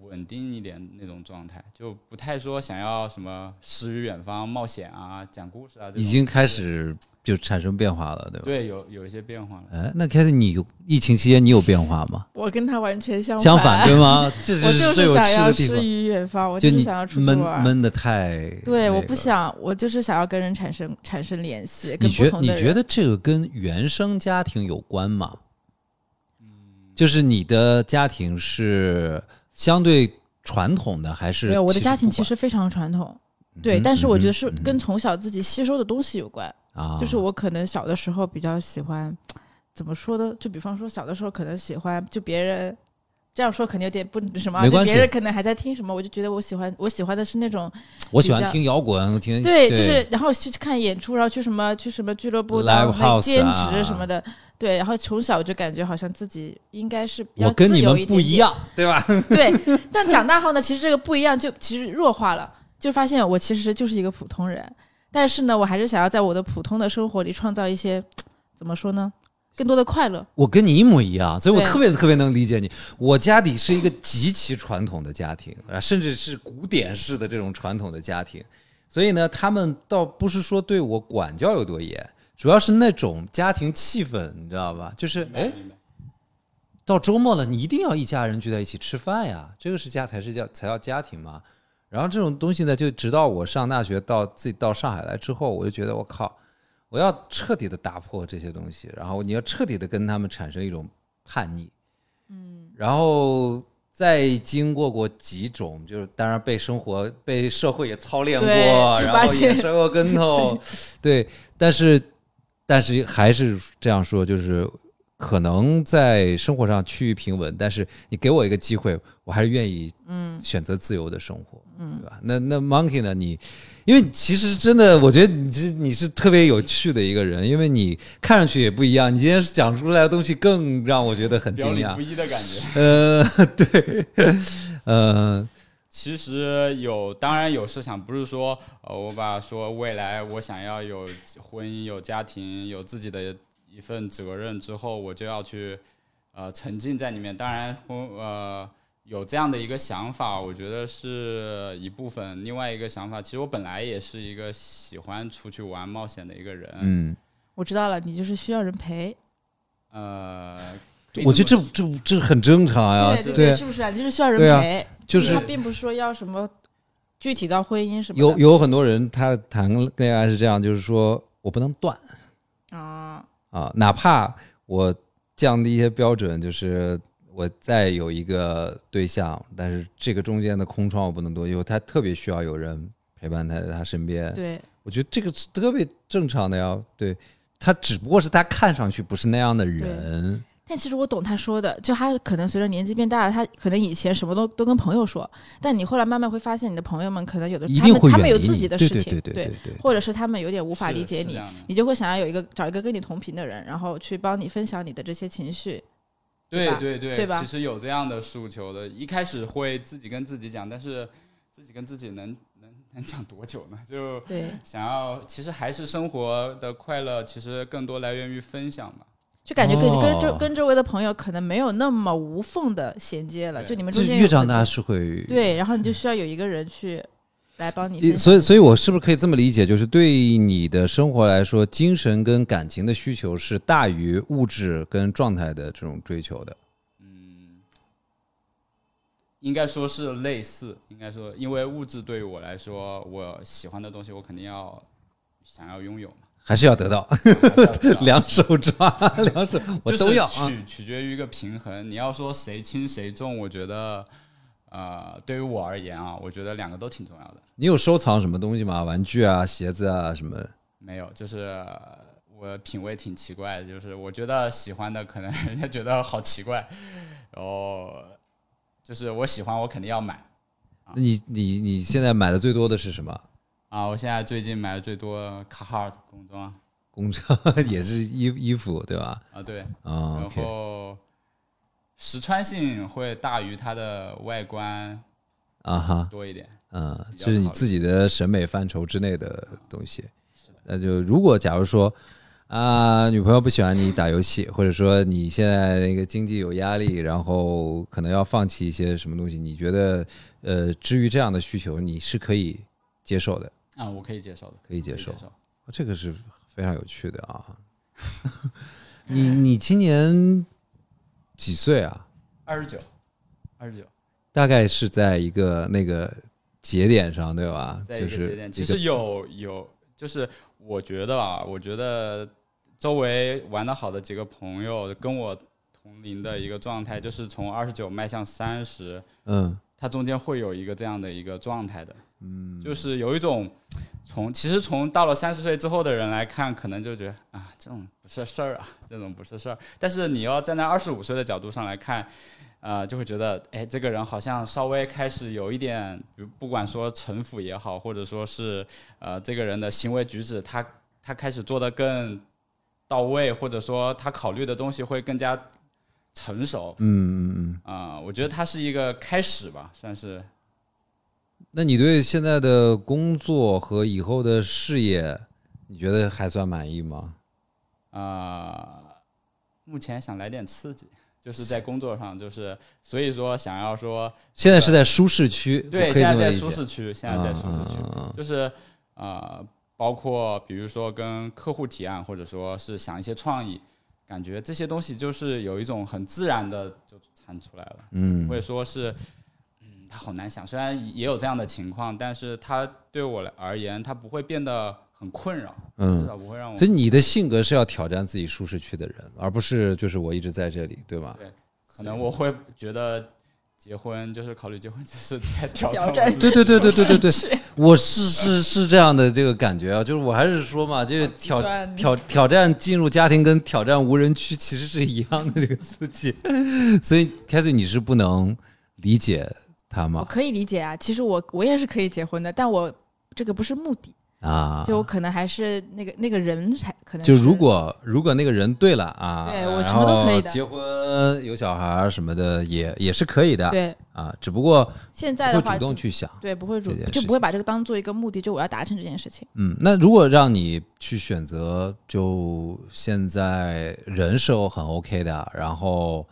Speaker 2: 稳定一点那种状态，就不太说想要什么诗与远方、冒险啊、讲故事啊这种。
Speaker 1: 已经开始就产生变化了，对吧？
Speaker 2: 对有有一些变化了。
Speaker 1: 哎，那开始你有疫情期间你有变化吗？
Speaker 3: 我跟他完全相
Speaker 1: 相反，对吗？这
Speaker 3: 我
Speaker 1: 是
Speaker 3: 就
Speaker 1: 最
Speaker 3: 是
Speaker 1: 有
Speaker 3: 想
Speaker 1: 趣
Speaker 3: 要
Speaker 1: 的地
Speaker 3: 诗
Speaker 1: 方。
Speaker 3: 与远方，我
Speaker 1: 就是你
Speaker 3: 想要出去
Speaker 1: 闷
Speaker 3: 玩儿。
Speaker 1: 闷的太，
Speaker 3: 对，
Speaker 1: 那
Speaker 3: 我
Speaker 1: 个
Speaker 3: 不想，我就是想要跟人产生产生联系，
Speaker 1: 你
Speaker 3: 跟不
Speaker 1: 觉
Speaker 3: 同
Speaker 1: 你
Speaker 3: 的
Speaker 1: 觉
Speaker 3: 人。
Speaker 1: 得这个跟原生家庭有关吗？就是你的家庭是相对传统的，还是
Speaker 3: 没有，我的家庭
Speaker 1: 不
Speaker 3: 其
Speaker 1: 管
Speaker 3: 实非常传统，
Speaker 1: 嗯
Speaker 3: 对，
Speaker 1: 哼
Speaker 3: 但是我觉得
Speaker 1: 嗯
Speaker 3: 是
Speaker 1: 哼
Speaker 3: 跟从小自己吸收的东西有关。
Speaker 1: 啊，
Speaker 3: 就是我可能小的时候比较喜欢，怎么说呢？就比方说小的时候可能喜欢，就别人这样说肯定有点不什么啊，
Speaker 1: 没
Speaker 3: 就
Speaker 1: 关系
Speaker 3: 别人可能还在听什么，我就觉得我喜欢，我喜欢的是那种
Speaker 1: 我喜欢
Speaker 3: 比较
Speaker 1: 听摇滚，我听
Speaker 3: 对，就是然后去看演出，然后去什么去什么俱乐部
Speaker 1: Live
Speaker 3: 当那
Speaker 1: house
Speaker 3: 兼
Speaker 1: 啊
Speaker 3: 职什么的，对，然后从小就感觉好像自己应该是比
Speaker 1: 我
Speaker 3: 较
Speaker 1: 跟
Speaker 3: 自
Speaker 1: 你
Speaker 3: 由
Speaker 1: 们
Speaker 3: 一点
Speaker 1: 不一
Speaker 3: 点，
Speaker 1: 样，对吧？
Speaker 3: 对，但长大后呢，其实这个不一样就其实弱化了，就发现我其实就是一个普通人，但是呢，我还是想要在我的普通的生活里创造一些怎么说呢，更多的快乐。
Speaker 1: 我跟你一模一样，所以我
Speaker 3: 对
Speaker 1: 特别特别能理解你。我家里是一个极其传统的家庭，啊，甚至是古典式的这种传统的家庭，所以呢，他们倒不是说对我管教有多严，主要是那种家庭气氛，你知道吧？就是哎，到周末了，你一定要一家人聚在一起吃饭呀，这个是家才是叫才叫家庭嘛。然后这种东西呢，就直到我上大学到自己到上海来之后，我就觉得我靠，我要彻底的打破这些东西，然后你要彻底的跟他们产生一种叛逆，嗯，然后再经过过几种，就是当然被生活、被社会也操练过，
Speaker 3: 对就
Speaker 1: 然
Speaker 3: 发
Speaker 1: 后也
Speaker 3: 现
Speaker 1: 摔过跟头，对，但是但是还是这样说，就是可能在生活上趋于平稳，但是你给我一个机会，我还是愿意
Speaker 3: 嗯，
Speaker 1: 选择自由的生活，嗯，对吧？那那 Monkey 呢？你因为其实真的，我觉得你这你是特别有趣的一个人，因为你看上去也不一样，你今天讲出来的东西更让我觉得很惊
Speaker 2: 表里
Speaker 1: 讶
Speaker 2: 不。一的感觉。
Speaker 1: 呃， 对，呃，
Speaker 2: 其实有，当然有设想，不是说呃，我把说未来我想要有婚姻、有家庭、有自己的一份责任之后，我就要去呃沉浸在里面。当然，婚呃有这样的一个想法，我觉得是一部分。另外一个想法，其实我本来也是一个喜欢出去玩冒险的一个人。
Speaker 1: 嗯，
Speaker 3: 我知道了，你就是需要人陪。
Speaker 2: 呃，可以
Speaker 1: 我觉得这
Speaker 2: 么
Speaker 1: 这这很正常呀，
Speaker 3: 对
Speaker 1: 对，
Speaker 3: 是不是啊？你就是需要人
Speaker 1: 对啊
Speaker 3: 陪，
Speaker 1: 就是
Speaker 3: 他并不是说要什么具体到婚姻什么的。
Speaker 1: 有有很多人他谈恋爱是这样，就是说我不能断。
Speaker 3: 啊，
Speaker 1: 啊，哪怕我降低一些标准，就是我再有一个对象，但是这个中间的空窗我不能多，因为他特别需要有人陪伴他在他身边。
Speaker 3: 对，
Speaker 1: 我觉得这个是特别正常的呀，对。他只不过是他看上去不是那样的人，
Speaker 3: 但其实我懂他说的，就他可能随着年纪变大了，他可能以前什么都都跟朋友说，但你后来慢慢会发现，你的朋友们可能有的
Speaker 1: 一
Speaker 3: 他
Speaker 1: 定
Speaker 3: 们
Speaker 1: 会
Speaker 3: 他们
Speaker 1: 远
Speaker 3: 有
Speaker 1: 离
Speaker 3: 自
Speaker 1: 你
Speaker 3: 己的
Speaker 1: 对
Speaker 3: 事情，
Speaker 1: 对对对对对，
Speaker 3: 或者是他们有点无法
Speaker 2: 是
Speaker 3: 理解
Speaker 2: 是这
Speaker 3: 你
Speaker 2: 样的，
Speaker 3: 你就会想要有一个找一个跟你同频的人，然后去帮你分享你的这些情绪。对
Speaker 2: 对
Speaker 3: 吧
Speaker 2: 对对
Speaker 3: 对吧
Speaker 2: 其实有这样的诉求的，一开始会自己跟自己讲，但是自己跟自己能能能讲多久呢？就
Speaker 3: 对，
Speaker 1: 嗯
Speaker 2: 想要，其实还是生活的快乐，其实更多来源于分享嘛。
Speaker 3: 就感觉跟、跟周
Speaker 1: 哦
Speaker 3: 跟周围的朋友可能没有那么无缝的衔接了，
Speaker 2: 对
Speaker 3: 就你们
Speaker 1: 就
Speaker 3: 中间
Speaker 1: 越
Speaker 3: 有
Speaker 1: 长
Speaker 3: 很
Speaker 1: 大
Speaker 3: 多
Speaker 1: 是会
Speaker 3: 对，然后你就需要有一个人去来帮你
Speaker 1: 一
Speaker 3: 分
Speaker 1: 所
Speaker 3: 享。
Speaker 1: 以，所以我是不是可以这么理解，就是对你的生活来说，精神跟感情的需求是大于物质跟状态的这种追求的？
Speaker 2: 嗯，应该说是类似，应该说，因为物质对于我来说，我喜欢的东西，我肯定要想要拥有嘛。
Speaker 1: 还是要得到 两手抓，两手我
Speaker 2: 就是
Speaker 1: 都要啊。
Speaker 2: 取取决于一个平衡。你要说谁轻谁重，我觉得，呃，对于我而言啊，我觉得两个都挺重要的。
Speaker 1: 你有收藏什么东西吗？玩具啊、鞋子啊什么的？
Speaker 2: 没有，就是呃我品味挺奇怪的，就是我觉得喜欢的可能 人家觉得好奇怪，然后就是我喜欢我肯定要买。
Speaker 1: 啊你你你现在买的最多的是什么？
Speaker 2: 啊，我现在最近买的最多卡哈尔工装
Speaker 1: 工厂 也是衣衣服对吧？
Speaker 2: 啊，对，
Speaker 1: 啊
Speaker 2: 然
Speaker 1: ，OK，
Speaker 2: 后实穿性会大于它的外观
Speaker 1: 啊哈，
Speaker 2: 多一点。
Speaker 1: 嗯，
Speaker 2: 比较
Speaker 1: 这是你
Speaker 2: 考虑
Speaker 1: 自己的审美范畴之内的东西。那就如果假如说啊、女朋友不喜欢你打游戏，或者说你现在那个经济有压力，然后可能要放弃一些什么东西，你觉得呃，至于这样的需求，你是可以接受的，
Speaker 2: 啊，我可以接受的，
Speaker 1: 可以
Speaker 2: 可
Speaker 1: 接
Speaker 2: 以接
Speaker 1: 受。
Speaker 2: 受。
Speaker 1: 这个是非常有趣的啊。你你今年几岁啊？
Speaker 2: 二十九，二十九，
Speaker 1: 大概是在一个那个节点上，对吧？
Speaker 2: 在
Speaker 1: 就
Speaker 2: 一个
Speaker 1: 是
Speaker 2: 节点，
Speaker 1: 一
Speaker 2: 其
Speaker 1: 个
Speaker 2: 实有有，就是我觉得啊，我觉得周围玩的好的几个朋友跟我同龄的一个状态，就是从二十九迈向三十，
Speaker 1: 嗯
Speaker 2: 它中间会有一个这样的一个状态的，嗯，就是有一种从其实从到了三十岁之后的人来看，可能就觉得啊，这种不是事儿啊，这种不是事儿。但是你要站在二十五岁的角度上来看，呃，就会觉得，哎，这个人好像稍微开始有一点，比如不管说城府也好，或者说是呃这个人的行为举止，他他开始做的更到位，或者说他考虑的东西会更加成熟。
Speaker 1: 嗯嗯嗯。
Speaker 2: 啊、我觉得它是一个开始吧，算是
Speaker 1: 那你对现在的工作和以后的事业，你觉得还算满意吗？
Speaker 2: 啊、目前想来点刺激，就是在工作上，就是所以说想要说，
Speaker 1: 现在是在舒适区，
Speaker 2: 对，
Speaker 1: 我可以这
Speaker 2: 现在
Speaker 1: 么
Speaker 2: 在
Speaker 1: 理解
Speaker 2: 舒适区，现在在舒适
Speaker 1: 嗯
Speaker 2: 区，
Speaker 1: 嗯嗯嗯
Speaker 2: 就是呃，包括比如说跟客户提案，或者说是想一些创意，感觉这些东西就是有一种很自然的就产出来了。
Speaker 1: 嗯
Speaker 2: 或者说是，嗯，它好难想。虽然也有这样的情况，但是它对我来而言，它不会变得很困扰，至
Speaker 1: 嗯。
Speaker 2: 少不会让我
Speaker 1: 所以你的性格是要挑战自己舒适区的人，而不是就是我一直在这里，对吧？
Speaker 2: 可能我会觉得结婚就是考虑结婚就是 在挑
Speaker 3: 挑
Speaker 2: 战我
Speaker 3: 战
Speaker 2: 自己
Speaker 1: 对对对对对对对，我是是是这样的这个感觉啊，就是我还是说嘛，这个挑
Speaker 3: 端
Speaker 1: 挑挑战进入家庭跟挑战无人区其实是一样的这个刺激，所以 c a t h y 你是不能理解他
Speaker 3: 我
Speaker 1: 吗？
Speaker 3: 可以理解啊，其实我我也是可以结婚的，但我这个不是目的，
Speaker 1: 啊，
Speaker 3: 就我可能还是那个那个人才可能
Speaker 1: 就是如果如果那个人对了啊，
Speaker 3: 对我
Speaker 1: 然
Speaker 3: 什么都可以的
Speaker 1: 后结婚有小孩儿什么的也也是可以的，
Speaker 3: 对
Speaker 1: 啊，只不过
Speaker 3: 现
Speaker 1: 不
Speaker 3: 在的
Speaker 1: 会
Speaker 3: 话
Speaker 1: 主动
Speaker 3: 就
Speaker 1: 去想。
Speaker 3: 对不会主
Speaker 1: 这件
Speaker 3: 就
Speaker 1: 事
Speaker 3: 不会把这个当做一个目的，就我要达成这件事情。
Speaker 1: 嗯，那如果让你去选择，就现在人是很 OK 的，然后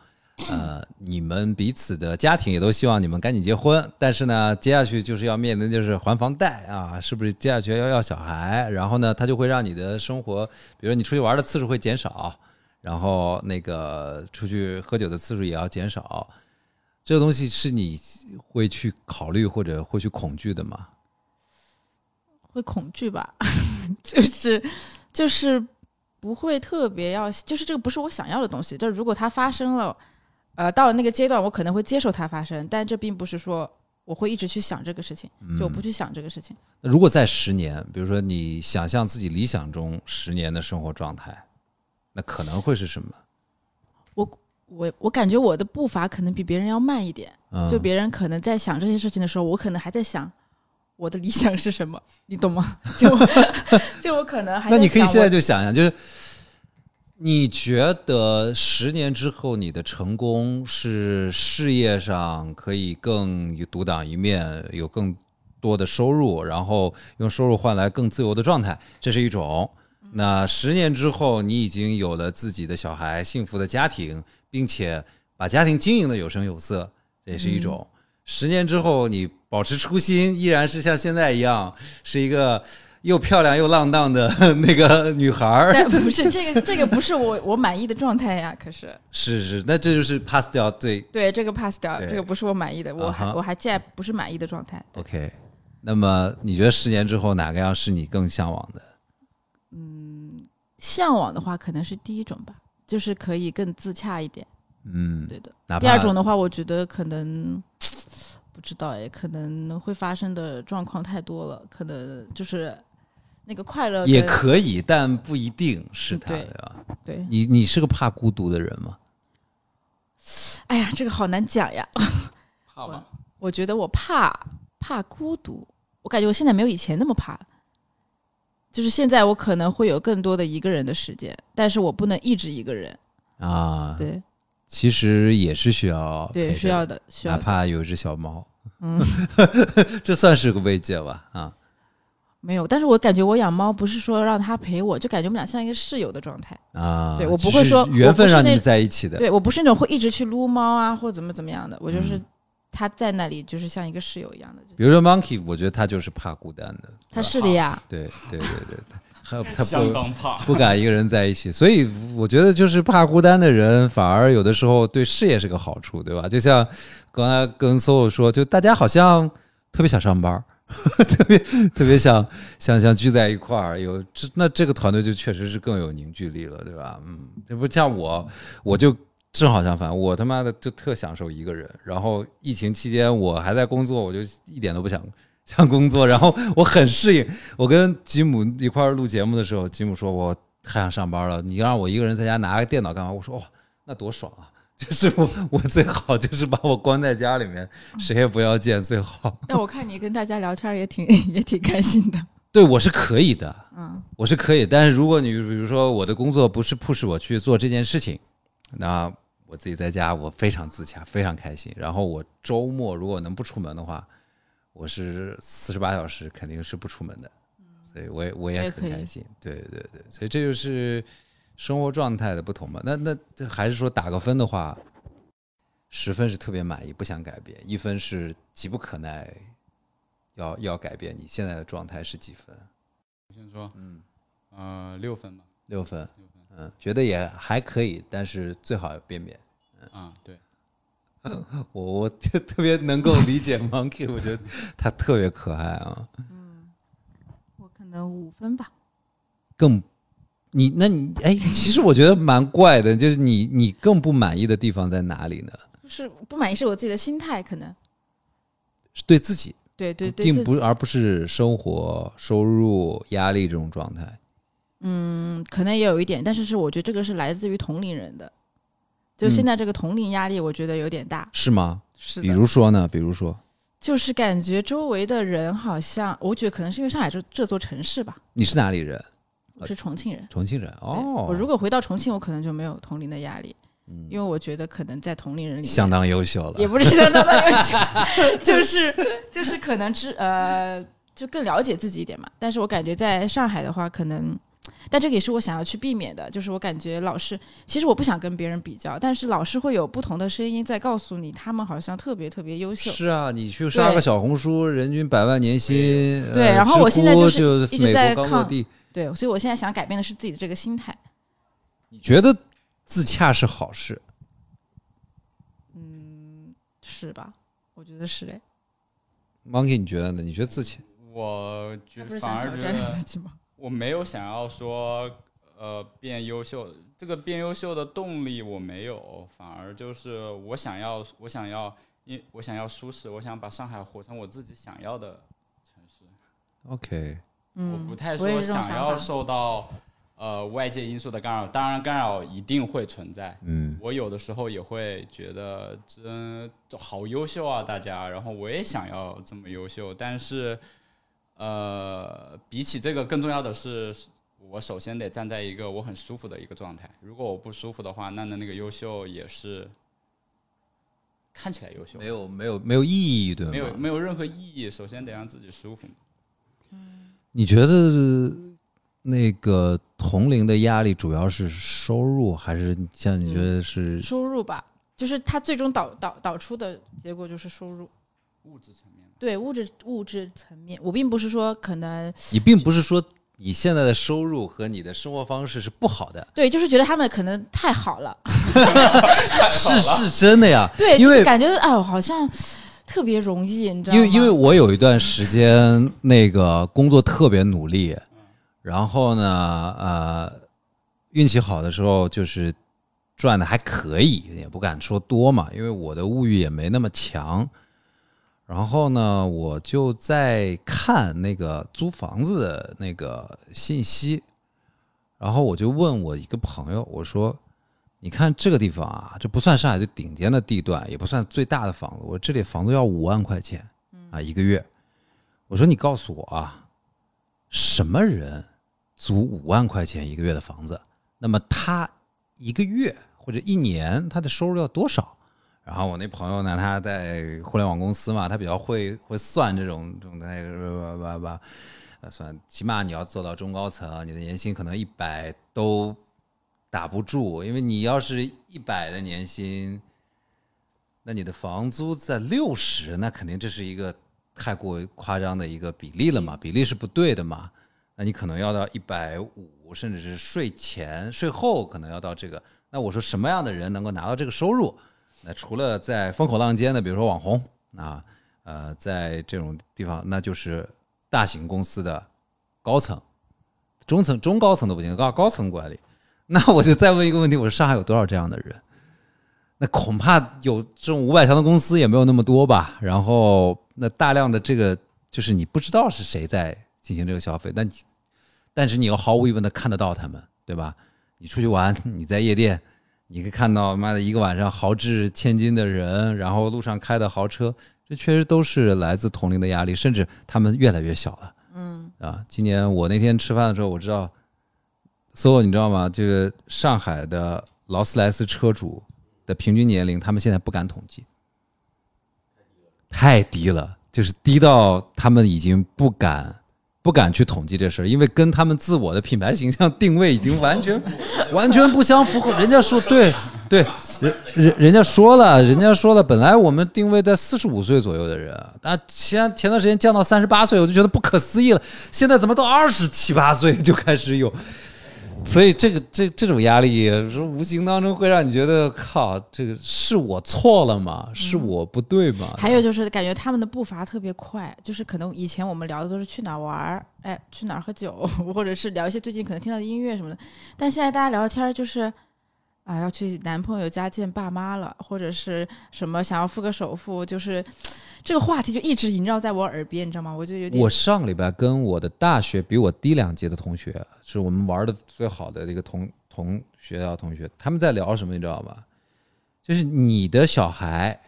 Speaker 1: 呃，你们彼此的家庭也都希望你们赶紧结婚，但是呢，接下去就是要面临的就是还房贷啊，是不是接下去要要小孩？然后呢，它就会让你的生活，比如你出去玩的次数会减少，然后那个出去喝酒的次数也要减少，这个东西是你会去考虑或者会去恐惧的吗？
Speaker 3: 会恐惧吧， 就是就是不会特别要，就是这个不是我想要的东西。就是如果它发生了，呃，到了那个阶段，我可能会接受它发生，但这并不是说我会一直去想这个事情，
Speaker 1: 嗯
Speaker 3: 就我不去想这个事情。
Speaker 1: 那如果在十年，比如说你想象自己理想中十年的生活状态，那可能会是什么？
Speaker 3: 我我感觉我的步伐可能比别人要慢一点，
Speaker 1: 嗯，
Speaker 3: 就别人可能在想这些事情的时候，我可能还在想。我的理想是什么？你懂吗？ 就就我可能还在
Speaker 1: 那你可以
Speaker 3: 想
Speaker 1: 现在
Speaker 3: 我
Speaker 1: 就想一想，就是你觉得十年之后你的成功是事业上可以更有独当一面，有更多的收入，然后用收入换来更自由的状态，这是一种。那十年之后，你已经有了自己的小孩，幸福的家庭，并且把家庭经营的有声有色，这也是
Speaker 3: 嗯
Speaker 1: 一种。十年之后，你保持初心，依然是像现在一样，是一个又漂亮又浪荡的那个女孩儿。
Speaker 3: 但不是这个这个不是我我满意的状态呀。可是
Speaker 1: 是是，那这就是 pass 掉对
Speaker 3: 对，这个 pass 掉，
Speaker 1: 对
Speaker 3: 这个不是我满意的，我还、
Speaker 1: 啊哈
Speaker 3: 我还现在不是满意的状态。
Speaker 1: OK。那么你觉得十年之后哪个样是你更向往的？
Speaker 3: 向往的话，可能是第一种吧，就是可以更自洽一点。
Speaker 1: 嗯，
Speaker 3: 对的。
Speaker 1: 哪怕
Speaker 3: 第二种的话，我觉得可能不知道哎，可能会发生的状况太多了，可能就是那个快乐
Speaker 1: 也
Speaker 3: 跟
Speaker 1: 可以，但不一定是
Speaker 3: 嗯
Speaker 1: 他
Speaker 3: 对
Speaker 1: 的吧。
Speaker 3: 对。
Speaker 1: 你你是个怕孤独的人吗？
Speaker 3: 哎呀，这个好难讲呀。
Speaker 2: 怕吧。
Speaker 3: 我觉得我怕怕孤独，我感觉我现在没有以前那么怕了。就是现在我可能会有更多的一个人的时间，但是我不能一直一个人。
Speaker 1: 啊，
Speaker 3: 对
Speaker 1: 其实也是需要陪
Speaker 3: 对，
Speaker 1: 着
Speaker 3: 需要的，需要
Speaker 1: 哪
Speaker 3: 的
Speaker 1: 怕有一只小猫，
Speaker 3: 嗯，
Speaker 1: 这算是个慰藉吧？啊，
Speaker 3: 没有。但是我感觉我养猫不是说让它陪我，就感觉我们俩像一个室友的状态。
Speaker 1: 啊，
Speaker 3: 对我不
Speaker 1: 就是
Speaker 3: 会说
Speaker 1: 缘
Speaker 3: 我不
Speaker 1: 分
Speaker 3: 是
Speaker 1: 让你
Speaker 3: 那
Speaker 1: 们在一起的，
Speaker 3: 对我不是那种会一直去撸猫啊，或者怎么怎么样的，我就是
Speaker 1: 嗯
Speaker 3: 它在那里就是像一个室友一样的。就
Speaker 1: 比如说 Monkey，我觉得他就是怕孤单的，
Speaker 3: 它是的呀，
Speaker 1: 对对对对，对他他
Speaker 2: 相
Speaker 1: 不
Speaker 2: 当怕。
Speaker 1: 不敢一个人在一起，所以我觉得就是怕孤单的人，反而有的时候对事业是个好处，对吧？就像刚才跟 Soul 说，就大家好像特别想上班儿。 特别特别想想想聚在一块儿，有这那这个团队就确实是更有凝聚力了，对吧？嗯，这不像我，我就正好相反，我他妈的就特享受一个人。然后疫情期间我还在工作，我就一点都不想想工作，然后我很适应。我跟吉姆一块儿录节目的时候，吉姆说我太想上班了，你让我一个人在家拿个电脑干嘛？我说哇、那多爽啊！ 就是我，我最好就是把我关在家里面，谁也不要见最好。
Speaker 3: 但我看你跟大家聊天也 挺也挺开心的，
Speaker 1: 对我是可以的，
Speaker 3: 嗯，
Speaker 1: 我是可以，但是如果你比如说我的工作不是 push 我去做这件事情，那我自己在家我非常自洽，非常开心。然后我周末如果能不出门的话，我是四十八小时肯定是不出门的，所以我也我
Speaker 3: 嗯我
Speaker 1: 也
Speaker 3: 也可
Speaker 1: 很
Speaker 3: 以
Speaker 1: 开心。对对对，所以这就是生活状态的不同嘛。那那这还是说打个分的话，十分是特别满意，不想改变；一分是急不可耐，要要改变。你现在的状态是几分？
Speaker 2: 我先说，
Speaker 1: 嗯。
Speaker 2: 呃，六分吧。
Speaker 1: 六分，嗯，觉得也还可以，但是最好要变变。
Speaker 2: 啊，对，
Speaker 1: 我我特特别能够理解 Monkey，我觉得他特别可爱啊。
Speaker 3: 嗯我可能五分吧。
Speaker 1: 更你那你哎，其实我觉得蛮怪的，就是你你更不满意的地方在哪里呢？
Speaker 3: 就是不满意是我自己的心态，可能
Speaker 1: 是对自己，
Speaker 3: 对对对，
Speaker 1: 并
Speaker 3: 自
Speaker 1: 不
Speaker 3: 己
Speaker 1: 而不是生活、收入、压力这种状态。
Speaker 3: 嗯，可能也有一点，但是是我觉得这个是来自于同龄人的，就现在这个同龄压力，我觉得有点大。
Speaker 1: 是吗？
Speaker 3: 是
Speaker 1: 比
Speaker 3: 的，
Speaker 1: 如说呢？比如说，
Speaker 3: 就是感觉周围的人好像，我觉得可能是因为上海这这座城市吧，
Speaker 1: 你是哪里人？
Speaker 3: 我是重庆人。
Speaker 1: 重庆人
Speaker 3: 对
Speaker 1: 呃哦。
Speaker 3: 我如果回到重庆，我可能就没有同龄的压力，
Speaker 1: 嗯
Speaker 3: 因为我觉得可能在同龄人里面
Speaker 1: 相当优秀
Speaker 3: 也
Speaker 1: 了，
Speaker 3: 不是相当的优秀， 就是就是可能知呃，就更了解自己一点嘛。但是我感觉在上海的话，可能，但这个也是我想要去避免的，就是我感觉老是，其实我不想跟别人比较，但是老是会有不同的声音在告诉你，他们好像特别特别优秀。
Speaker 1: 是啊，你去刷个小红书，人均百万年薪。
Speaker 3: 对
Speaker 1: 呃
Speaker 3: 然后我
Speaker 1: 知乎
Speaker 3: 现在就是
Speaker 1: 就
Speaker 3: 一直
Speaker 1: 美国
Speaker 3: 在
Speaker 1: 刚落
Speaker 3: 抗
Speaker 1: 地
Speaker 3: 对，所以我现在想改变的是自己的这个心态。
Speaker 1: 你觉得自洽是好事？
Speaker 3: 嗯，是吧？我觉得是哎，
Speaker 1: Monkey，你觉得呢？你觉得自洽？
Speaker 2: 我觉
Speaker 3: 那不是
Speaker 2: 反
Speaker 3: 想
Speaker 2: 而
Speaker 3: 挑
Speaker 2: 觉
Speaker 3: 战
Speaker 2: 得
Speaker 3: 自己吗？
Speaker 2: 我没有想要说呃变优秀，这个变优秀的动力我没有，反而就是我想要我想要因我想要舒适，我想把上海活成我自己想要的城市。
Speaker 1: OK，
Speaker 3: 嗯，
Speaker 2: 我不太
Speaker 3: 也
Speaker 2: 说
Speaker 3: 是这种
Speaker 2: 想
Speaker 3: 想
Speaker 2: 要
Speaker 3: 法
Speaker 2: 受到呃外界因素的干扰，当然干扰一定会存在。
Speaker 1: 嗯，
Speaker 2: 我有的时候也会觉得真好优秀啊，大家，然后我也想要这么优秀，但是，呃，比起这个更重要的是，我首先得站在一个我很舒服的一个状态。如果我不舒服的话，那那那个优秀也是看起来优秀
Speaker 1: 没，有没有没有意义，对吗？
Speaker 2: 没有没有任何意义。首先得让自己舒服嘛。
Speaker 1: 你觉得那个同龄的压力主要是收入，还是像你觉得
Speaker 2: 嗯
Speaker 1: 是？
Speaker 3: 收入吧，就是它最终导导导出的结果就是收入。
Speaker 2: 物质层面的，
Speaker 3: 对物质物质层面，我并不是说可能
Speaker 1: 你并不是说你现在的收入和你的生活方式是不好的，
Speaker 3: 对，就是觉得他们可能太好了，
Speaker 1: 是是真的呀。
Speaker 3: 对，
Speaker 1: 因
Speaker 3: 就
Speaker 1: 为
Speaker 3: 是感觉哎呦好像特别容易，你知道
Speaker 1: 因
Speaker 3: 吗？
Speaker 1: 为因为我有一段时间那个工作特别努力，
Speaker 3: 嗯
Speaker 1: 然后呢，呃，运气好的时候就是赚的还可以，也不敢说多嘛，因为我的物欲也没那么强。然后呢，我就在看那个租房子的那个信息，然后我就问我一个朋友，我说：“你看这个地方啊，这不算上海最顶尖的地段，也不算最大的房子，我这里房子要五万块钱啊一个月。我说你告诉我啊，什么人租五万块钱一个月的房子？那么他一个月或者一年他的收入要多少？然后我那朋友呢，他在互联网公司嘛，他比较会会算这种这种那个吧吧吧，呃算起码你要做到中高层，你的年薪可能一百都打不住，因为你要是一百的年薪，那你的房租在六十，那肯定这是一个太过夸张的一个比例了嘛，比例是不对的嘛。那你可能要到一百五，甚至是税前、税后可能要到这个。那我说什么样的人能够拿到这个收入？那除了在风口浪尖的，比如说网红啊，呃，在这种地方，那就是大型公司的高层、中层、中高层都不行，高高层管理。 那我就再问一个问题：我说上海有多少这样的人？那恐怕有这种五百强的公司也没有那么多吧。然后那大量的这个就是你不知道是谁在进行这个消费，但你但是你又毫无疑问的看得到他们，对吧？你出去玩，你在夜店，你可以看到妈的一个晚上豪掷千金的人，然后路上开的豪车，这确实都是来自同龄的压力，甚至他们越来越小了。嗯啊，今年我那天吃饭的时候，我知道，所有你知道吗？这个上海的劳斯莱斯车主的平均年龄，他们现在不敢统计，太低了，就是低到他们已经不敢。不敢去统计这事儿，因为跟他们自我的品牌形象定位已经完全完全不相符合。人家说对对，人人人家说了，人家说了，本来我们定位在四十五岁左右的人，但前前段时间降到三十八岁，我就觉得不可思议了。现在怎么到二十七八岁就开始有？所以这个这这种压力，说无形当中会让你觉得靠，这个是我错了吗？是我不对吗？
Speaker 3: 还有就是感觉他们的步伐特别快，就是可能以前我们聊的都是去哪儿玩儿，哎，去哪儿喝酒， 或者是聊一些最近可能听到的音乐什么的。但现在大家聊天儿就是啊，要去男朋友家见爸妈了，或者是什么想要付个首付，就是这个话题就一直萦绕在我耳边，你知道吗？我就有点
Speaker 1: 我上个礼拜跟我的大学比我低两届的同学，是我们玩的最好的一个同同学校同学，他们在聊什么，你知道吗？就是你的小孩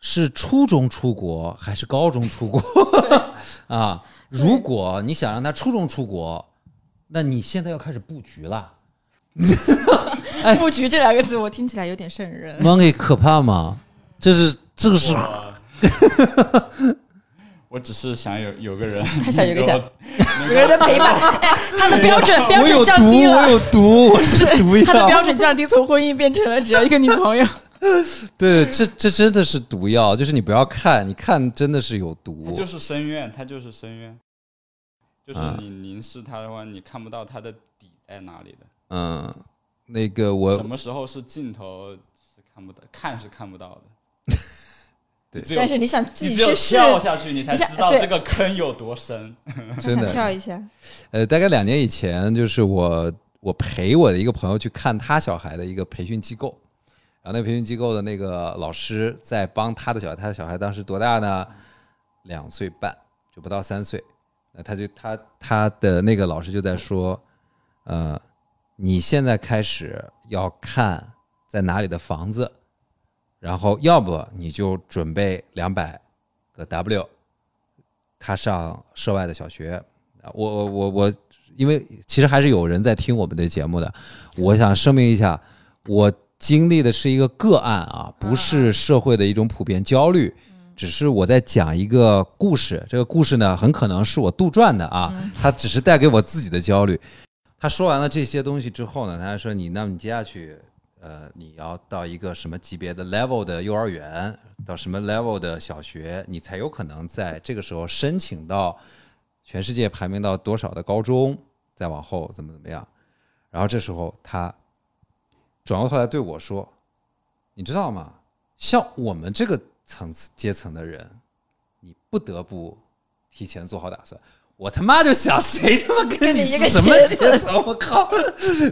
Speaker 1: 是初中出国还是高中出国 啊？如果你想让他初中出国，那你现在要开始布局了。哎
Speaker 3: 布局这两个字，我听起来有点瘆人。
Speaker 1: Monkey 可怕吗？这是这个是
Speaker 2: 我我只是想有有个人，
Speaker 3: 他想有个家
Speaker 2: 家，
Speaker 3: 有个人的陪伴，哎，他的标准标
Speaker 1: 我有
Speaker 3: 准降
Speaker 1: 毒，
Speaker 3: 低
Speaker 1: 我
Speaker 3: 了，
Speaker 1: 有毒，我 是毒药。
Speaker 3: 他的标准降低，从婚姻变成了只要一个女朋友。
Speaker 1: 对，这这真的是毒药，就是你不要看，你看真的是有毒。
Speaker 2: 他哎就是深渊，他就是深渊，就是
Speaker 1: 啊
Speaker 2: 你凝视他的话，你看不到他的底在哪里的，
Speaker 1: 嗯，那个
Speaker 2: 什
Speaker 1: 我
Speaker 2: 么时候是尽头是看不到，看是看不到 的。
Speaker 1: 对
Speaker 2: 你只有
Speaker 3: 但是你想自
Speaker 2: 你
Speaker 3: 己
Speaker 2: 只有
Speaker 3: 去试，
Speaker 2: 跳下去，你才
Speaker 3: 你想
Speaker 2: 知道
Speaker 3: 对
Speaker 2: 这个坑有 多深。
Speaker 1: 真
Speaker 3: 想跳
Speaker 1: 的
Speaker 3: 一下。
Speaker 1: 呃，大概两年以前，就是我我陪我的一个朋友去看他小孩的一个培训机构，然后那个培训机构的那个老师在帮他的小孩，他的小孩当时多大呢？两岁半，就不到三岁。那他就他他的那个老师就在说，呃，你现在开始要看在哪里的房子，然后要不你就准备两百个 W，他上涉外的小学。啊我我我我，因为其实还是有人在听我们的节目的，我想声明一下，我经历的是一个个案啊，不是社会的一种普遍焦虑。只是我在讲一个故事，这个故事呢，很可能是我杜撰的啊，它只是带给我自己的焦虑。他说完了这些东西之后呢，他还说你，那么你接下去，呃，你要到一个什么级别的 level 的幼儿园，到什么 level 的小学，你才有可能在这个时候申请到全世界排名到多少的高中，再往后怎么怎么样。然后这时候他转过头来对我说：“你知道吗？像我们这个层次阶层的人，你不得不提前做好打算。”我他妈就想，谁他妈跟你
Speaker 3: 跟你一个
Speaker 1: 是什么阶
Speaker 3: 阶层
Speaker 1: 层？我靠，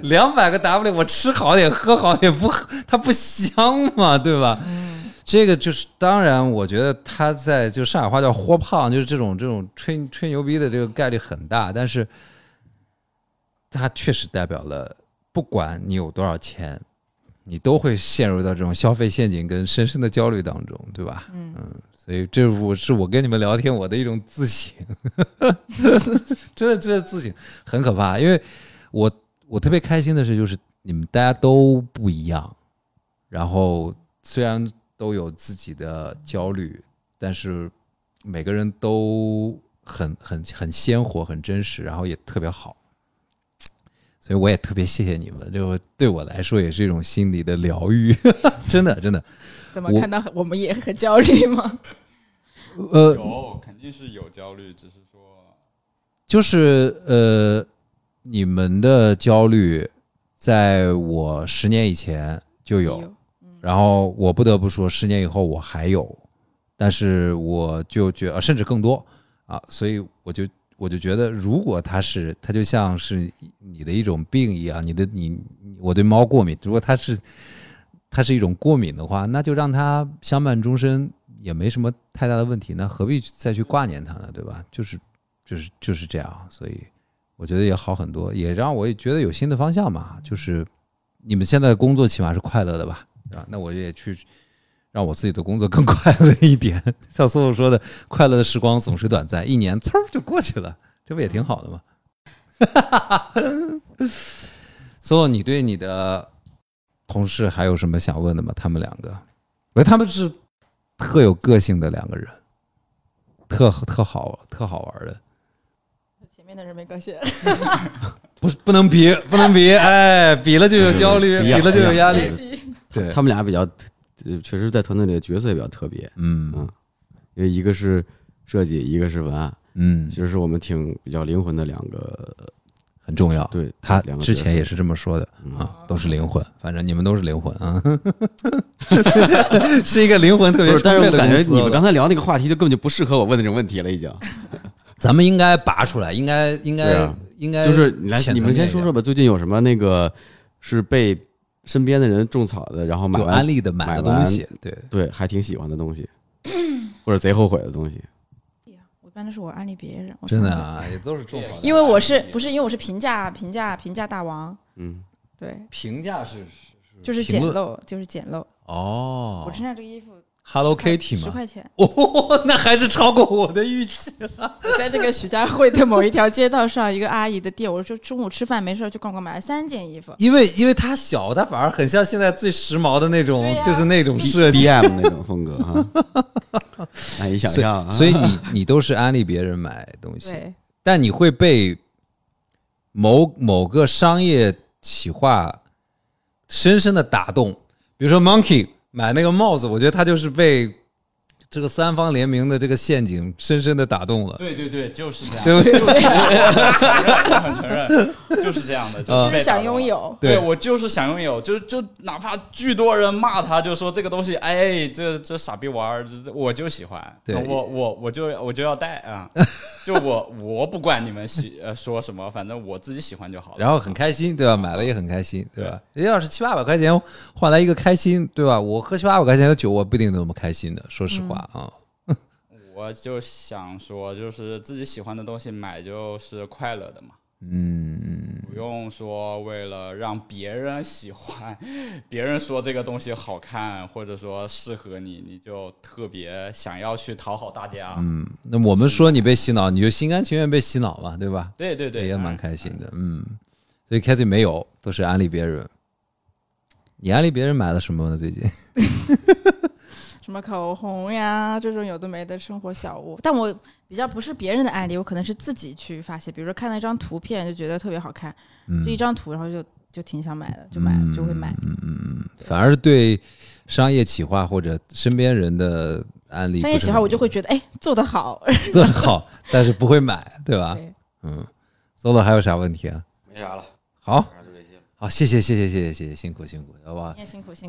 Speaker 1: 两百个 W，我吃好点，喝好点，不喝它不香嘛，对吧？
Speaker 3: 嗯
Speaker 1: 这个就是，当然，我觉得他在就上海话叫“豁胖”，就是这种这种吹吹牛逼的这个概率很大，但是他确实代表了，不管你有多少钱，你都会陷入到这种消费陷阱跟深深的焦虑当中，对吧？嗯所所以这我是我跟你们聊天我的一种自省， 真的这是自省，很可怕。因为我我特别开心的是，就是你们大家都不一样，然后虽然都有自己的焦虑，但是每个人都很很很鲜活、很真实，然后也特别好。所以我也特别谢谢你们，就对我来说也是一种心理的疗愈， 真的真的。
Speaker 3: 怎么
Speaker 1: 我
Speaker 3: 看到我们也很焦虑吗？
Speaker 1: 呃，
Speaker 2: 有肯定是有焦虑，只是说
Speaker 1: 就是呃，你们的焦虑，在我十年以前 就
Speaker 3: 哎
Speaker 1: 有，然后我不得不说，十年以后我还有，但是我就觉呃甚至更多啊，所以我就我就觉得，如果它是它就像是你的一种病一样，你的你你我对猫过敏，如果它是它是一种过敏的话，那就让它相伴终身也没什么太大的问题，那何必再去挂念它呢？对吧？就是就是就是这样，所以我觉得也好很多，也让我也觉得有新的方向嘛。就是你们现在的工作起码是快乐的吧？啊，那我也去让我自己的工作更 快乐一点。像苏苏说的，快乐的时光总是短暂，一年嗖就过去了，这不也挺好的吗？ 所以你对你的同事还有什么想问的吗？他们两个，我觉得他们是特有个性的两个人，特特好特好玩的。
Speaker 3: 前面的人没更新，
Speaker 1: 不是不能比，不能比，哎，比了就有焦虑，
Speaker 4: 不一
Speaker 1: 比
Speaker 4: 样
Speaker 1: 了就有压
Speaker 4: 不 一
Speaker 1: 力
Speaker 4: 样。
Speaker 1: 对，
Speaker 4: 他们俩比较，呃确实在团队里的角色也比较特别，
Speaker 1: 嗯
Speaker 4: 因为一个是设计，一个是文案，
Speaker 1: 嗯
Speaker 4: 其，实是我们挺比较灵魂的两个，
Speaker 1: 很重要。
Speaker 4: 对
Speaker 1: 他
Speaker 4: 两个
Speaker 1: 之
Speaker 4: 角
Speaker 1: 前
Speaker 4: 色
Speaker 1: 也是这么说的啊，都是灵魂，反正你们都是灵魂啊， 是一个灵魂特
Speaker 4: 不
Speaker 1: 别
Speaker 4: 是，但
Speaker 1: 充沛
Speaker 4: 是我
Speaker 1: 的
Speaker 4: 感
Speaker 1: 公
Speaker 4: 觉
Speaker 1: 司
Speaker 4: 你们刚才聊那个话题就根本就不适合我问的这种问题了，已经。
Speaker 1: 咱们应该拔出来，应该应
Speaker 4: 对
Speaker 1: 该
Speaker 4: 啊
Speaker 1: 应
Speaker 5: 哎
Speaker 1: 该
Speaker 4: 就是你来
Speaker 1: 浅，层
Speaker 4: 你们先
Speaker 1: 面
Speaker 4: 说
Speaker 1: 一
Speaker 4: 说吧，最近有什么那个是被身边的人种草的，然后
Speaker 1: 点
Speaker 4: 买
Speaker 1: 就
Speaker 4: 完
Speaker 1: 安利的买的
Speaker 4: 买完
Speaker 1: 东西，对，
Speaker 4: 对，还挺喜欢的东西，或者贼后悔的东西。
Speaker 3: 我一般都是我安利别人，我
Speaker 1: 真的
Speaker 3: 想想，
Speaker 1: 啊，也都是种草的。
Speaker 3: 因为我是不是因为我是评价评价评价大王，
Speaker 4: 嗯，
Speaker 3: 对，
Speaker 1: 评价是
Speaker 3: 就是
Speaker 1: 评
Speaker 3: 捡
Speaker 1: 论
Speaker 3: 漏，就是捡漏。
Speaker 1: 哦
Speaker 3: 我身上这个衣服
Speaker 1: ，Hello Kitty
Speaker 3: 十
Speaker 1: 嘛，
Speaker 3: 块钱，
Speaker 1: 哦， 那还是超过我的预期。
Speaker 3: 我在那个徐家汇的某一条街道上一个阿姨的店，我说中午吃饭没事儿去逛逛，买了三件衣服，
Speaker 1: 因为因为它小，它反而很像现在最时髦的那种，
Speaker 3: 对呀
Speaker 1: 就是那种设计。
Speaker 4: BM 那种风格哈， 难以想
Speaker 1: 所
Speaker 4: 象
Speaker 1: 以
Speaker 4: 啊。
Speaker 1: 所以你你都是安利别人买东西，
Speaker 3: 对，
Speaker 1: 但你会被某某个商业企划深深的打动。比如说 Monkey 买那个帽子，我觉得他就是被这个三方联名的这个陷阱深深的打动了。
Speaker 2: 对对对，就是这样，
Speaker 1: 对不对
Speaker 2: 就是这样我很承认，就是这样的，就
Speaker 1: 啊
Speaker 2: 是被
Speaker 3: 是
Speaker 2: 打动
Speaker 3: 想拥
Speaker 2: 了。
Speaker 3: 有。
Speaker 1: 对
Speaker 2: 对我就是想拥有，就就哪怕巨多人骂他，就说这个东西，哎，这这傻逼玩意儿，这这我就喜欢，
Speaker 1: 对
Speaker 2: 我我我就我就要带 啊，就我我不管你们喜呃说什么，反正我自己喜欢就好了。
Speaker 1: 然后很开心，对吧？买了也很开心，对吧？人家要是七八百块钱换来一个开心，对吧？我喝七八百块钱的酒，我不一定那么开心的，说实话啊。
Speaker 2: 我就想说，就是自己喜欢的东西买就是快乐的嘛，
Speaker 1: 嗯，
Speaker 2: 不用说为了让别人喜欢， 别人说这个东西好看或者说适合你，你就特别想要去讨好大家。嗯，
Speaker 1: 那我们说你被洗脑，你就心甘情愿被洗脑嘛，对吧？
Speaker 2: 对对对，
Speaker 3: 啊
Speaker 1: 也蛮
Speaker 2: 当然
Speaker 1: 开心的，嗯。所以 Casey 没有，都是安利别人。你安利别人买了什么呢？最 近？
Speaker 3: 什么口红呀，这种有的没的生活小物。但我比较不是别人的案例，我可能是自己去发现，比如说看到一张图片就觉得特别好看，
Speaker 1: 嗯
Speaker 3: 就一张图，然后就就挺想买的，就买就会买。
Speaker 1: 嗯嗯嗯，反而是对商业企划或者身边人的案例，
Speaker 3: 商业企划我 就会觉得，哎，做得好。
Speaker 1: 做得好，但是不会买，对吧？
Speaker 3: 对
Speaker 1: 嗯，Solo 还有啥问题啊？
Speaker 4: 没啥了，
Speaker 1: 好，
Speaker 4: 就这些。
Speaker 1: 好，谢谢，谢谢，谢谢，谢谢，辛苦辛苦，好吧
Speaker 3: 你？也辛苦辛苦。